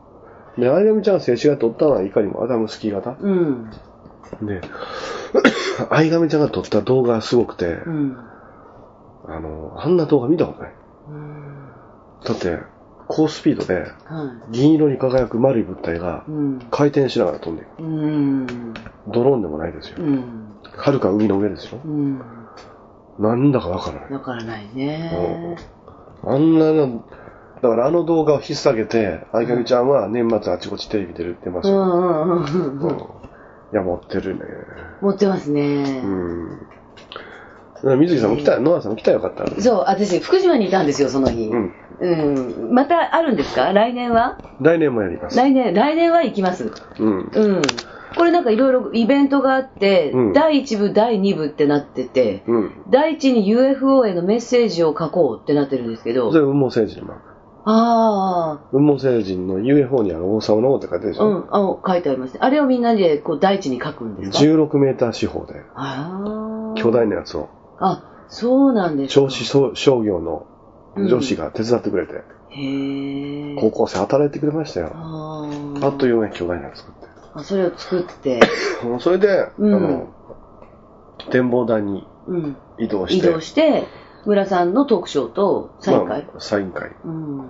[SPEAKER 1] で、相上ちゃんが静止画撮ったのはいかにもアダムスキー型。
[SPEAKER 3] うん。
[SPEAKER 1] で、 相上ちゃんが撮った動画がすごくて
[SPEAKER 3] う、ん。
[SPEAKER 1] あの、あんな動画見たことない。
[SPEAKER 3] うん。
[SPEAKER 1] だって、高スピードで、
[SPEAKER 3] は
[SPEAKER 1] 銀色に輝く丸い物体が
[SPEAKER 3] い。うん。
[SPEAKER 1] 回転しながら飛んでいく。
[SPEAKER 3] うん。
[SPEAKER 1] ドローンでもないですよ
[SPEAKER 3] う。ん。
[SPEAKER 1] はるか海の上ですよ
[SPEAKER 3] う。ん。
[SPEAKER 1] なんだかわからない。
[SPEAKER 3] わからないね。
[SPEAKER 1] あんなの、だからあの動画を引っ提げて、相上ちゃんは年末あちこちテレビ出るってま
[SPEAKER 3] う
[SPEAKER 1] すよ。
[SPEAKER 3] んうんうん
[SPEAKER 1] う
[SPEAKER 3] うんん。
[SPEAKER 1] いや、持ってるね。
[SPEAKER 3] 持ってますね
[SPEAKER 1] う。ん。だから水木さんも来たら、ノアさんも来たらよかったら。
[SPEAKER 3] そう、私、福島にいたんですよ、その日。
[SPEAKER 1] うん。
[SPEAKER 3] うん。またあるんですか来年は
[SPEAKER 1] 来年もやります。
[SPEAKER 3] 来年、来年は行きます。
[SPEAKER 1] うん。
[SPEAKER 3] うん。これなんかいろいろイベントがあって、
[SPEAKER 1] うん
[SPEAKER 3] 第1部、第2部ってなってて、
[SPEAKER 1] うん。
[SPEAKER 3] 第1に UFO へのメッセージを書こうってなってるんですけど
[SPEAKER 1] それ、、羽毛政治のマー
[SPEAKER 3] ああ、
[SPEAKER 1] 雲母星人の UFO にある王様の王って書いてるでし
[SPEAKER 3] う
[SPEAKER 1] ょ。
[SPEAKER 3] ん、あ書いてありますね。あれをみんなでこう大地に書くんですか
[SPEAKER 1] 16メーター四方で、
[SPEAKER 3] ああ。
[SPEAKER 1] 巨大なやつを、
[SPEAKER 3] あ、そうなんですか
[SPEAKER 1] 銚子商商業の女子が手伝ってくれて、
[SPEAKER 3] へえ。
[SPEAKER 1] 高校生働いてくれましたよ。
[SPEAKER 3] あ
[SPEAKER 1] あ
[SPEAKER 3] ー
[SPEAKER 1] っという間に巨大なの作って。
[SPEAKER 3] あ。それを作って、
[SPEAKER 1] うんそれで、
[SPEAKER 3] うん
[SPEAKER 1] あの、展望台に
[SPEAKER 3] うん、
[SPEAKER 1] 移動し
[SPEAKER 3] 移
[SPEAKER 1] て、
[SPEAKER 3] 動して、村さんのトークショーと再会。
[SPEAKER 1] まあ、サイン会。
[SPEAKER 3] うん。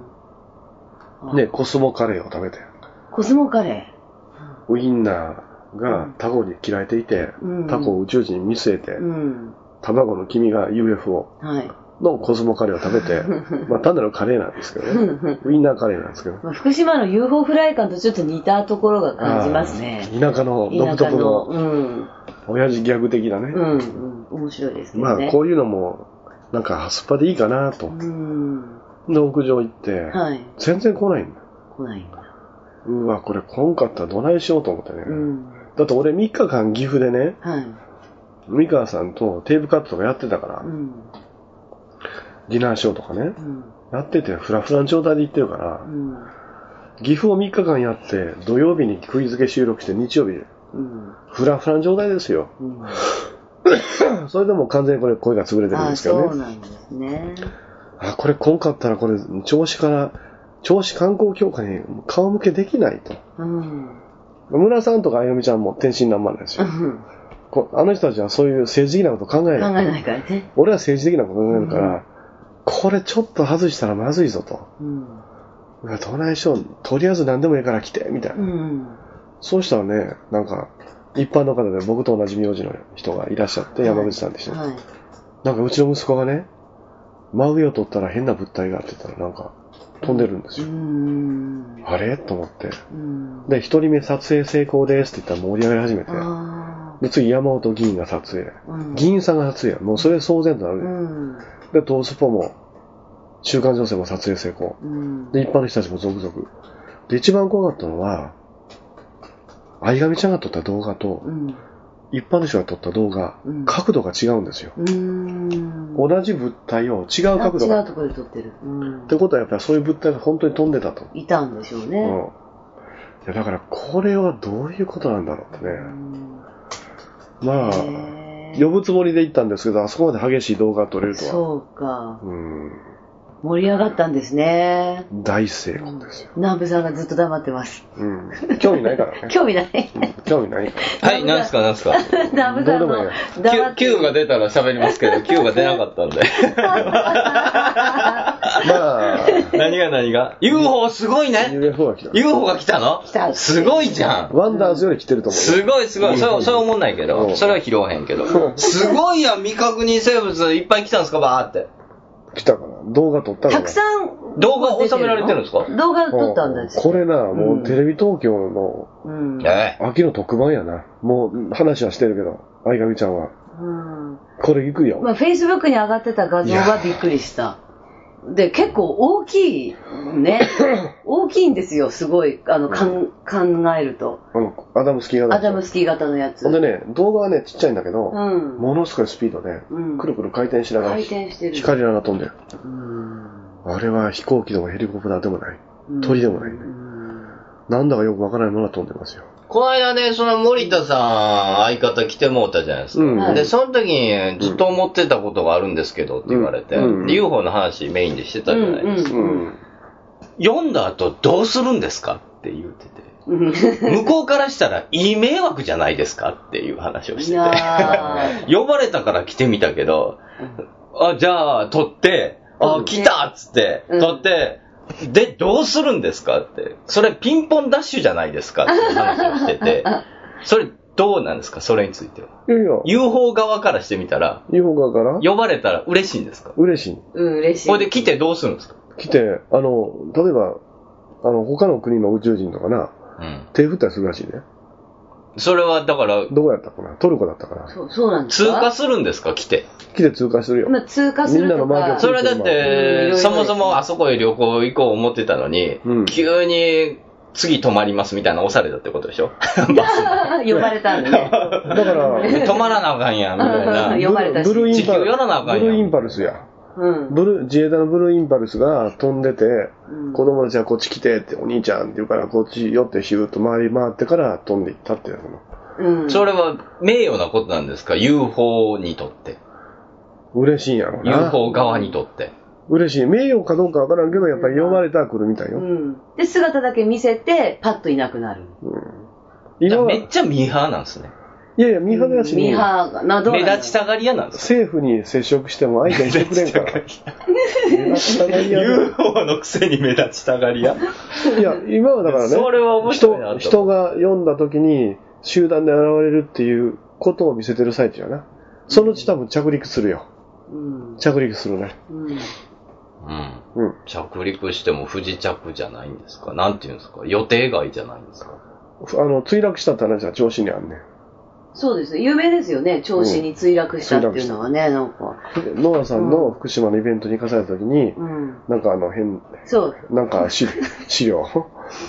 [SPEAKER 3] あ
[SPEAKER 1] で、コスモカレーを食べて、
[SPEAKER 3] コスモカレ
[SPEAKER 1] ウインナーがタコに切られていて、
[SPEAKER 3] うん
[SPEAKER 1] タコを宇宙人に見据えて、
[SPEAKER 3] ー。うん。
[SPEAKER 1] 卵の黄身が UFO
[SPEAKER 3] はい。
[SPEAKER 1] のコスモカレーを食べ て、まあ単なるカレーなんですけどね。ウインナーカレーなんですけどね。
[SPEAKER 3] まあ、福島の UFO フライ感とちょっと似たところが感じますね。
[SPEAKER 1] あー田舎の独
[SPEAKER 3] 田舎
[SPEAKER 1] 特
[SPEAKER 3] の、
[SPEAKER 1] の
[SPEAKER 3] うん、
[SPEAKER 1] 親父ギャグ的なね。
[SPEAKER 3] うん、うん、面白いですけ
[SPEAKER 1] ま
[SPEAKER 3] ど
[SPEAKER 1] あ
[SPEAKER 3] ね。
[SPEAKER 1] こういうのも、なんかはすっぱでいいかなと
[SPEAKER 3] う。ん、
[SPEAKER 1] で、屋上行って、
[SPEAKER 3] はい、
[SPEAKER 1] 全然来ないんだ。
[SPEAKER 3] 来ないんだ。
[SPEAKER 1] うわ、これ来んかったらどないしようと思ってね。
[SPEAKER 3] うん、
[SPEAKER 1] だって俺3日間岐阜でね、
[SPEAKER 3] はい、
[SPEAKER 1] 三川さんとテープカットとかやってたから
[SPEAKER 3] う、ん、
[SPEAKER 1] ディナーショーとかね
[SPEAKER 3] う、ん、
[SPEAKER 1] やっててフラフラの状態で行ってるから
[SPEAKER 3] う、ん、
[SPEAKER 1] 岐阜を3日間やって、土曜日に食い付け収録して日曜日、
[SPEAKER 3] うん、
[SPEAKER 1] フラフラの状態ですよ。
[SPEAKER 3] うん。
[SPEAKER 1] それでもう完全にこれ声が潰れてるん
[SPEAKER 3] あ
[SPEAKER 1] で
[SPEAKER 3] あ、
[SPEAKER 1] すけど
[SPEAKER 3] そ
[SPEAKER 1] ね。
[SPEAKER 3] うなんですね。
[SPEAKER 1] あこれ来んかったらこれ、調子から、調子観光協会に顔向けできないと。
[SPEAKER 3] うん、
[SPEAKER 1] 村さんとかあゆみちゃんも天真爛漫なんです
[SPEAKER 3] う
[SPEAKER 1] よ。
[SPEAKER 3] ん
[SPEAKER 1] こあの人たちはそういう政治的なこと考え
[SPEAKER 3] 考え
[SPEAKER 1] ない。
[SPEAKER 3] ないからね。
[SPEAKER 1] 俺は政治的なこと考えるから、これちょっと外したらまずいぞと。
[SPEAKER 3] うん、
[SPEAKER 1] うわどないしよう。とりあえず何でもいいから来て、みたいうな。
[SPEAKER 3] ん、
[SPEAKER 1] そうしたらね、なんか、一般の方で僕と同じ名字の人がいらっしゃって、
[SPEAKER 3] はい
[SPEAKER 1] 山口さんって人。
[SPEAKER 3] はい。
[SPEAKER 1] なんかうちの息子がね、真上を取ったら変な物体があって言ったらなんか飛んでるんです
[SPEAKER 3] う
[SPEAKER 1] よ。
[SPEAKER 3] ん、
[SPEAKER 1] あれと思って。
[SPEAKER 3] うん、
[SPEAKER 1] で、一人目撮影成功ですって言ったら盛り上がり始めて。
[SPEAKER 3] あ
[SPEAKER 1] で、次山本議員が撮影。
[SPEAKER 3] あ、うん、
[SPEAKER 1] 議員さんが撮影。もうそれ騒然とな
[SPEAKER 3] う
[SPEAKER 1] る。
[SPEAKER 3] ん、
[SPEAKER 1] で、トースポも、週刊女性も撮影成功。
[SPEAKER 3] うん、
[SPEAKER 1] で、一般の人たちも続々。で、一番怖かったのは、相上ちゃんが撮った動画と、
[SPEAKER 3] うん、
[SPEAKER 1] 一般の人が撮った動画、
[SPEAKER 3] うん
[SPEAKER 1] 角度が違うんですよ。
[SPEAKER 3] うん。
[SPEAKER 1] 同じ物体を違う
[SPEAKER 3] あ
[SPEAKER 1] 角度
[SPEAKER 3] 違
[SPEAKER 1] が。
[SPEAKER 3] う
[SPEAKER 1] っ
[SPEAKER 3] ところで撮ってる。うん
[SPEAKER 1] てことはやっぱりそういう物体が本当に飛んでたと。
[SPEAKER 3] いたんでしょう
[SPEAKER 1] うん。い
[SPEAKER 3] ね。
[SPEAKER 1] や、だからこれはどういうことなんだろうってね。
[SPEAKER 3] うん
[SPEAKER 1] まあ、
[SPEAKER 3] へー
[SPEAKER 1] 呼ぶつもりで行ったんですけど、あそこまで激しい動画が撮れるとは。
[SPEAKER 3] そうか。
[SPEAKER 1] うん。
[SPEAKER 3] 盛り上がったんですね。
[SPEAKER 1] 大成功ですよ。
[SPEAKER 3] 南部さんがずっと黙ってます。
[SPEAKER 1] うん。興味ないから ね。
[SPEAKER 3] 興味ない。
[SPEAKER 1] 興味ないか
[SPEAKER 2] はい、なんすかなんす か。
[SPEAKER 3] 南部さん
[SPEAKER 1] どうでもいい
[SPEAKER 3] の
[SPEAKER 1] よ
[SPEAKER 2] Q, Q が出たら喋りますけど、Q が出なかったんで。
[SPEAKER 1] ら。 まあ、
[SPEAKER 2] 何が何が ?UFO すごいね
[SPEAKER 1] UFO が来た。
[SPEAKER 2] !UFO が来たの
[SPEAKER 3] 来た
[SPEAKER 2] すごいじゃん
[SPEAKER 1] ワンダーズより来てると思う。
[SPEAKER 2] すごいすごい。そう、そう思んないけ
[SPEAKER 1] う
[SPEAKER 2] ど、
[SPEAKER 1] ん
[SPEAKER 2] それは拾わへんけ ど。すごいやん、未確認生物いっぱい来たんですか、バーって。
[SPEAKER 1] 来たから。動画撮ったから。
[SPEAKER 3] たくさん
[SPEAKER 2] 動画収められてるんですか
[SPEAKER 3] 動画撮ったんです。
[SPEAKER 1] これな、も
[SPEAKER 3] ん
[SPEAKER 1] うテレビ東京の
[SPEAKER 3] うん。
[SPEAKER 2] ええ。
[SPEAKER 1] 秋の特番やな。もう話はしてるけど、相上ちゃんは。
[SPEAKER 3] うん
[SPEAKER 1] これ行くよ。
[SPEAKER 3] まあ、Facebook に上がってた画像がびっくりした。で、結構大きい、 ね。大きいんですよ、すごい。あの、かん考えると。
[SPEAKER 1] あの、アダムスキーが
[SPEAKER 3] アダムスキー型のやつ。
[SPEAKER 1] ほんでね、動画はね、ちっちゃいんだけど、
[SPEAKER 3] うん。
[SPEAKER 1] ものすごいスピードで、
[SPEAKER 3] うん
[SPEAKER 1] くるくる回転しながら、
[SPEAKER 3] 回転してる。
[SPEAKER 1] 光らが飛んでる。
[SPEAKER 3] うん
[SPEAKER 1] あれは飛行機でもヘリコプターでもない。鳥でもない。なんだかよくわからないものが飛んでますよ。
[SPEAKER 2] この間ね、その森田さん、相方来てもうたじゃないですか。
[SPEAKER 1] うん
[SPEAKER 2] で、その時に、ずっと思ってたことがあるんですけどって言われて、
[SPEAKER 1] うん
[SPEAKER 2] で UFO の話メインでしてたじゃないですか。
[SPEAKER 1] うん。
[SPEAKER 2] 読んだ後どうするんですかって言ってて。
[SPEAKER 3] うん
[SPEAKER 2] 向こうからしたら、いい迷惑じゃないですかっていう話をし
[SPEAKER 3] い
[SPEAKER 2] て
[SPEAKER 3] や
[SPEAKER 2] て。
[SPEAKER 3] ー
[SPEAKER 2] 呼ばれたから来てみたけど、あ、じゃあ、撮って、あ、
[SPEAKER 3] うん
[SPEAKER 2] 来たっつって、
[SPEAKER 3] うん
[SPEAKER 2] 撮って、で、どうするんですかって。それ、ピンポンダッシュじゃないですかっていう話をしてて、それ、どうなんですかそれについては。
[SPEAKER 1] いやいや、
[SPEAKER 2] UFO 側からしてみたら、
[SPEAKER 1] UFO 側から
[SPEAKER 2] 呼ばれたら嬉しいんですか
[SPEAKER 1] 嬉しい。
[SPEAKER 3] うん、嬉しい。
[SPEAKER 2] これで来てどうするんですか
[SPEAKER 1] 来て、あの、例えば、あの、他の国の宇宙人とかな、
[SPEAKER 2] うん。
[SPEAKER 1] 手振ったりするらしいね。
[SPEAKER 2] それは、だから、
[SPEAKER 1] どこやったかなトルコだったから。
[SPEAKER 3] そう、そうなんです
[SPEAKER 2] 通過
[SPEAKER 3] か
[SPEAKER 2] するんですか来て。
[SPEAKER 1] 来て通過するよ。
[SPEAKER 3] まあ通過すると
[SPEAKER 1] みんなの
[SPEAKER 3] か
[SPEAKER 1] 周
[SPEAKER 2] そ
[SPEAKER 1] りを
[SPEAKER 2] れはだっ
[SPEAKER 3] うんいろいろ
[SPEAKER 2] て、
[SPEAKER 3] です
[SPEAKER 2] そもそもあそこへ旅行行こう思ってたのに、
[SPEAKER 1] うん
[SPEAKER 2] 急に次泊まりますみたいな押されたってことでしょバス
[SPEAKER 3] 呼ば れたんでね。
[SPEAKER 1] だから、
[SPEAKER 2] で泊まらなあかんやん、みたい
[SPEAKER 3] うん
[SPEAKER 2] な。
[SPEAKER 3] 呼ばれたし
[SPEAKER 1] ブルーインパ
[SPEAKER 2] 地球やらなあかんやん
[SPEAKER 1] ブルーインパルスや。
[SPEAKER 3] うん。
[SPEAKER 1] ブルー自衛隊のブルーインパルスが飛んでて、
[SPEAKER 3] うん
[SPEAKER 1] 子供たちはこっち来てって、お兄ちゃんって言うから、こっち寄ってヒューッと回り回ってから飛んでいったっていうの。
[SPEAKER 3] うん。
[SPEAKER 2] それは名誉なことなんですか ?UFO にとって。
[SPEAKER 1] 嬉しいんやろな。
[SPEAKER 2] UFO 側にとって。
[SPEAKER 1] 嬉しい。名誉かどうかわからんけど、やっぱり呼ばれたら来るみたいうよ。
[SPEAKER 3] ん。で、姿だけ見せて、パッといなくなる。
[SPEAKER 2] だか
[SPEAKER 1] 今
[SPEAKER 2] ら
[SPEAKER 1] は、
[SPEAKER 2] めっ
[SPEAKER 1] い
[SPEAKER 2] ちゃミーハーなんですね。
[SPEAKER 1] やいや、ミーハーだし
[SPEAKER 3] ミ
[SPEAKER 1] に、
[SPEAKER 3] ハーが、な、どう
[SPEAKER 2] 目
[SPEAKER 3] なの
[SPEAKER 2] 立ちたがり屋なんです。
[SPEAKER 1] 政府に接触しても相手にしてくれん から。目立ちたがりやな
[SPEAKER 2] UFO のくせに目立ちたがり屋。
[SPEAKER 1] いや、今はだからね、
[SPEAKER 2] それは面白いなと
[SPEAKER 1] 人人が読んだ時に集団で現れるっていうことを見せてる最中やな。そのうち多分着陸するよ。
[SPEAKER 3] うん。
[SPEAKER 1] 着陸するね。
[SPEAKER 3] うん。
[SPEAKER 2] うん。
[SPEAKER 1] うん。
[SPEAKER 2] 着陸しても不時着じゃないんですかなんていうんですか予定外じゃないんですか
[SPEAKER 1] あの、墜落したって話は調子にあんねん。
[SPEAKER 3] そうですね。有名ですよね。調子に墜落したっていうのはね、なんか。
[SPEAKER 1] ノアさんの福島のイベントに行かされた時に、
[SPEAKER 3] うん。
[SPEAKER 1] なんかあの変、
[SPEAKER 3] そう。
[SPEAKER 1] なんか資 資料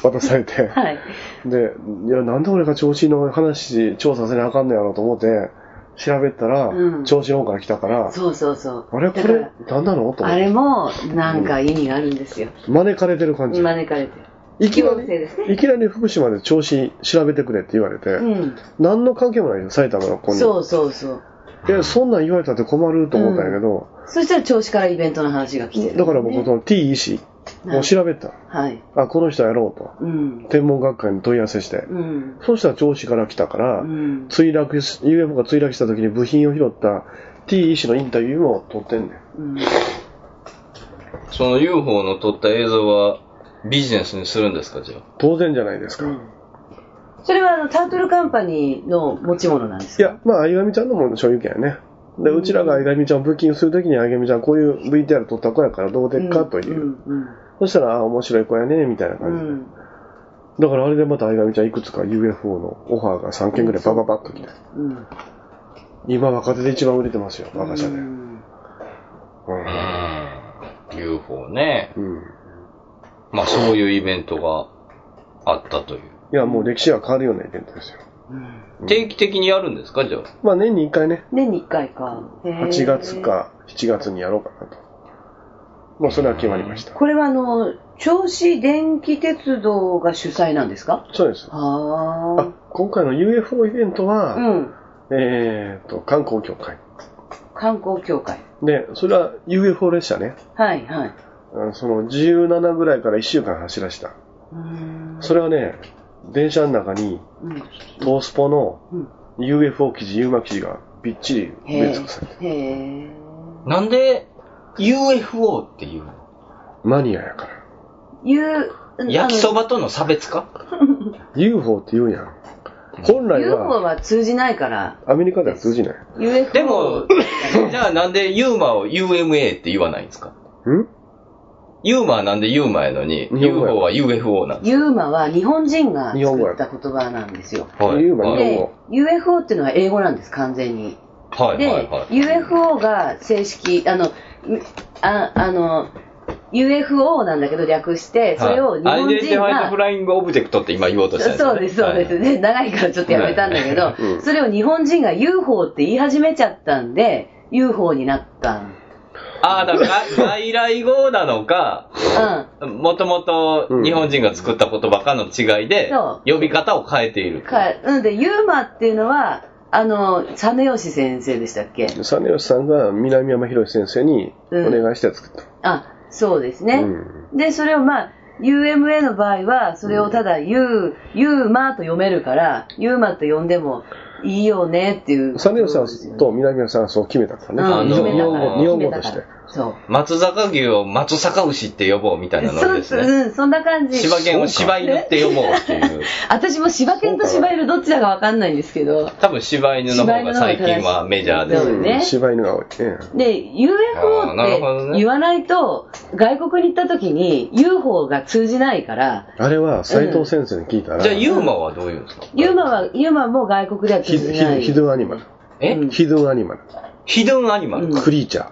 [SPEAKER 1] 渡されて、
[SPEAKER 3] はい。
[SPEAKER 1] で、いや、なんで俺が調子の話、調査せなあかんのやろうと思って、調べたら、
[SPEAKER 3] うん
[SPEAKER 1] 調子の方から来たから、
[SPEAKER 3] そうそうそう。
[SPEAKER 1] あれこ
[SPEAKER 3] だか
[SPEAKER 1] れ
[SPEAKER 3] ら、
[SPEAKER 1] 何なのと思
[SPEAKER 3] あ
[SPEAKER 1] っ
[SPEAKER 3] れ
[SPEAKER 1] て。
[SPEAKER 3] も、なんか意味があるんですよ。
[SPEAKER 1] 招かれてる感じ。
[SPEAKER 3] 招かれて。
[SPEAKER 1] いきな
[SPEAKER 3] 行政です
[SPEAKER 1] り、いきなり福島で調子調べてくれって言われて、
[SPEAKER 3] うん。
[SPEAKER 1] 何の関係もないよ、埼玉の子に。
[SPEAKER 3] そうそうそう。
[SPEAKER 1] え、そんなん言われたって困ると思ったんやけど、
[SPEAKER 3] そしたら調子からイベントの話が来てる。
[SPEAKER 1] だから僕、その T 医師を調べた。
[SPEAKER 3] はい。
[SPEAKER 1] あ、この人やろうと。
[SPEAKER 3] うん。
[SPEAKER 1] 天文学会に問い合わせして。
[SPEAKER 3] うん。
[SPEAKER 1] そうしたら調子から来たから、
[SPEAKER 3] うん。
[SPEAKER 1] 墜落し、UFO が墜落した時に部品を拾った T 医師のインタビューも撮ってんねん。
[SPEAKER 3] うん。
[SPEAKER 2] その UFO の撮った映像はビジネスにするんですかじゃあ。
[SPEAKER 1] 当然じゃないですか。
[SPEAKER 3] う
[SPEAKER 1] い
[SPEAKER 3] んそれはあのタートルカンパニーの持ち物なんですか
[SPEAKER 1] や、まあ、あいがみちゃんのも所有権やね。で、うちらがあいがみちゃんをブッキングするときに、あいがみちゃんこういう VTR 撮った子やからどうでっかという。
[SPEAKER 3] うん
[SPEAKER 1] そしたら、あ、面白い子やね、みたいな
[SPEAKER 3] うんう
[SPEAKER 1] 感じで。
[SPEAKER 3] ん
[SPEAKER 1] だからあれでまたあいがみちゃんいくつか UFO のオファーが3件ぐらいバババッと来て。
[SPEAKER 3] うん
[SPEAKER 1] 今若手で一番売れてますよ、
[SPEAKER 3] うん
[SPEAKER 1] 若社で。う。
[SPEAKER 3] うんん
[SPEAKER 2] うーん。UFO ね。
[SPEAKER 1] うん。
[SPEAKER 2] まあそういうイベントがあったという。
[SPEAKER 1] いや、もう歴史が変わるようなイベントですよ。
[SPEAKER 2] 定期的にやるんですかじゃあ。
[SPEAKER 1] まあ年に1回ね、
[SPEAKER 3] 年に1回かへー
[SPEAKER 1] 8月か7月にやろうかなと。もうそれは決まりました。
[SPEAKER 3] これはあの銚子電気鉄道が主催なんですか
[SPEAKER 1] そうです。あ
[SPEAKER 3] あ、
[SPEAKER 1] 今回の UFO イベント
[SPEAKER 3] あ
[SPEAKER 1] は、
[SPEAKER 3] うん
[SPEAKER 1] えーと、観光協会。
[SPEAKER 3] 観光協会
[SPEAKER 1] で、それは UFO 列車ね。
[SPEAKER 3] はいはい
[SPEAKER 1] あその17ぐらいから1週間走らした。
[SPEAKER 3] うーん
[SPEAKER 1] それはね、電車の中に、
[SPEAKER 3] うん
[SPEAKER 1] トースポの
[SPEAKER 3] うん
[SPEAKER 1] UFO 記事、ユーマ記事がびっちり埋め尽くされてる
[SPEAKER 3] へえ
[SPEAKER 2] なんで UFO っていうの
[SPEAKER 1] マニアやから。
[SPEAKER 3] いう
[SPEAKER 2] 焼きそ
[SPEAKER 3] ば
[SPEAKER 2] ばとの差別化
[SPEAKER 1] UFO って言うやん。本来
[SPEAKER 3] UFO
[SPEAKER 1] は
[SPEAKER 3] は通じないから
[SPEAKER 1] アメリカでは通じない。
[SPEAKER 3] UFO
[SPEAKER 2] でも、じゃあなんでユーマを UMA って言わないんですか
[SPEAKER 1] ん
[SPEAKER 2] ユーマはなんでユーマやのに、
[SPEAKER 1] 日本語や
[SPEAKER 2] UFO は UFO なんです
[SPEAKER 3] ユーマは日本人が
[SPEAKER 1] 日本語
[SPEAKER 3] 作
[SPEAKER 1] や
[SPEAKER 3] った言葉なんですよ。
[SPEAKER 2] か
[SPEAKER 1] ユーマ
[SPEAKER 2] はい
[SPEAKER 1] 日本
[SPEAKER 3] で
[SPEAKER 1] 語、
[SPEAKER 3] UFO っていうのは英語なんです、完全に。
[SPEAKER 2] はいはい
[SPEAKER 3] で
[SPEAKER 2] は、い。
[SPEAKER 3] UFO が正式、あの、みああの、UFO なんだけど略して、それを日
[SPEAKER 2] はい
[SPEAKER 3] 本
[SPEAKER 2] アイデンテ
[SPEAKER 3] 人
[SPEAKER 2] ィファイド
[SPEAKER 3] が
[SPEAKER 2] フ、ライングオブジェクトって今言おうとしたん
[SPEAKER 3] そうです、そうです。ね。長いからちょっとやめたんだけど
[SPEAKER 1] いうん、
[SPEAKER 3] それを日本人が UFO って言い始めちゃったんで、UFO になったん。
[SPEAKER 2] ああ、だから外外来語なのか、
[SPEAKER 3] うん。
[SPEAKER 2] もともと日本人が作った言葉かの違いで
[SPEAKER 3] うんそ、
[SPEAKER 2] 呼び方を変えている。
[SPEAKER 3] か、うんで、ユーマっていうのは、あの、実吉先生でしたっけ
[SPEAKER 1] サネヨシさんが南山博先生にお願いして作った。
[SPEAKER 3] あ、そうですね。
[SPEAKER 1] う
[SPEAKER 3] で、それをまあ、UMA の場合は、それをただ、ユー、ユーマと読めるから、ユーマと呼んでもいいよねっていう。
[SPEAKER 1] サネヨシさんと南山さんはそう決めたか
[SPEAKER 3] うん、
[SPEAKER 1] らね。
[SPEAKER 2] あ
[SPEAKER 1] 日
[SPEAKER 2] の
[SPEAKER 1] 本
[SPEAKER 3] 決め
[SPEAKER 1] 語、日本語と
[SPEAKER 3] たから
[SPEAKER 1] し
[SPEAKER 3] 決
[SPEAKER 1] て
[SPEAKER 3] めた。からそう。
[SPEAKER 2] 松坂牛を松坂牛って呼ぼうみたいなノ
[SPEAKER 3] そ
[SPEAKER 2] リ
[SPEAKER 3] う
[SPEAKER 2] です
[SPEAKER 3] そう、
[SPEAKER 2] ね。
[SPEAKER 3] うん、そんな感じ。
[SPEAKER 2] 柴犬を柴犬って呼ぼうっていう。
[SPEAKER 3] 私も柴犬と柴犬どっちだかわかんないんですけど。
[SPEAKER 2] 多分柴犬の方が最近はメジャーで
[SPEAKER 3] そう
[SPEAKER 2] す。
[SPEAKER 3] ね
[SPEAKER 1] うん柴犬が多い。え
[SPEAKER 3] で、UFO
[SPEAKER 2] あーなるほど
[SPEAKER 3] っ
[SPEAKER 2] ね
[SPEAKER 3] て言わないと、外国に行った時に UFO が通じないから、
[SPEAKER 1] えあれは斎藤先生に聞いたら、
[SPEAKER 2] じゃあユーマはどういうんですか
[SPEAKER 3] ユーマは、ユーマも外国では
[SPEAKER 1] ヒ
[SPEAKER 3] 通
[SPEAKER 1] ドヒ
[SPEAKER 3] じ
[SPEAKER 1] ド
[SPEAKER 3] ない。
[SPEAKER 1] ヒドゥンアニマル。
[SPEAKER 2] え
[SPEAKER 3] うん
[SPEAKER 1] ヒドゥンアニマル。
[SPEAKER 2] ヒドゥンアニマル
[SPEAKER 3] うん
[SPEAKER 1] クリーチャー。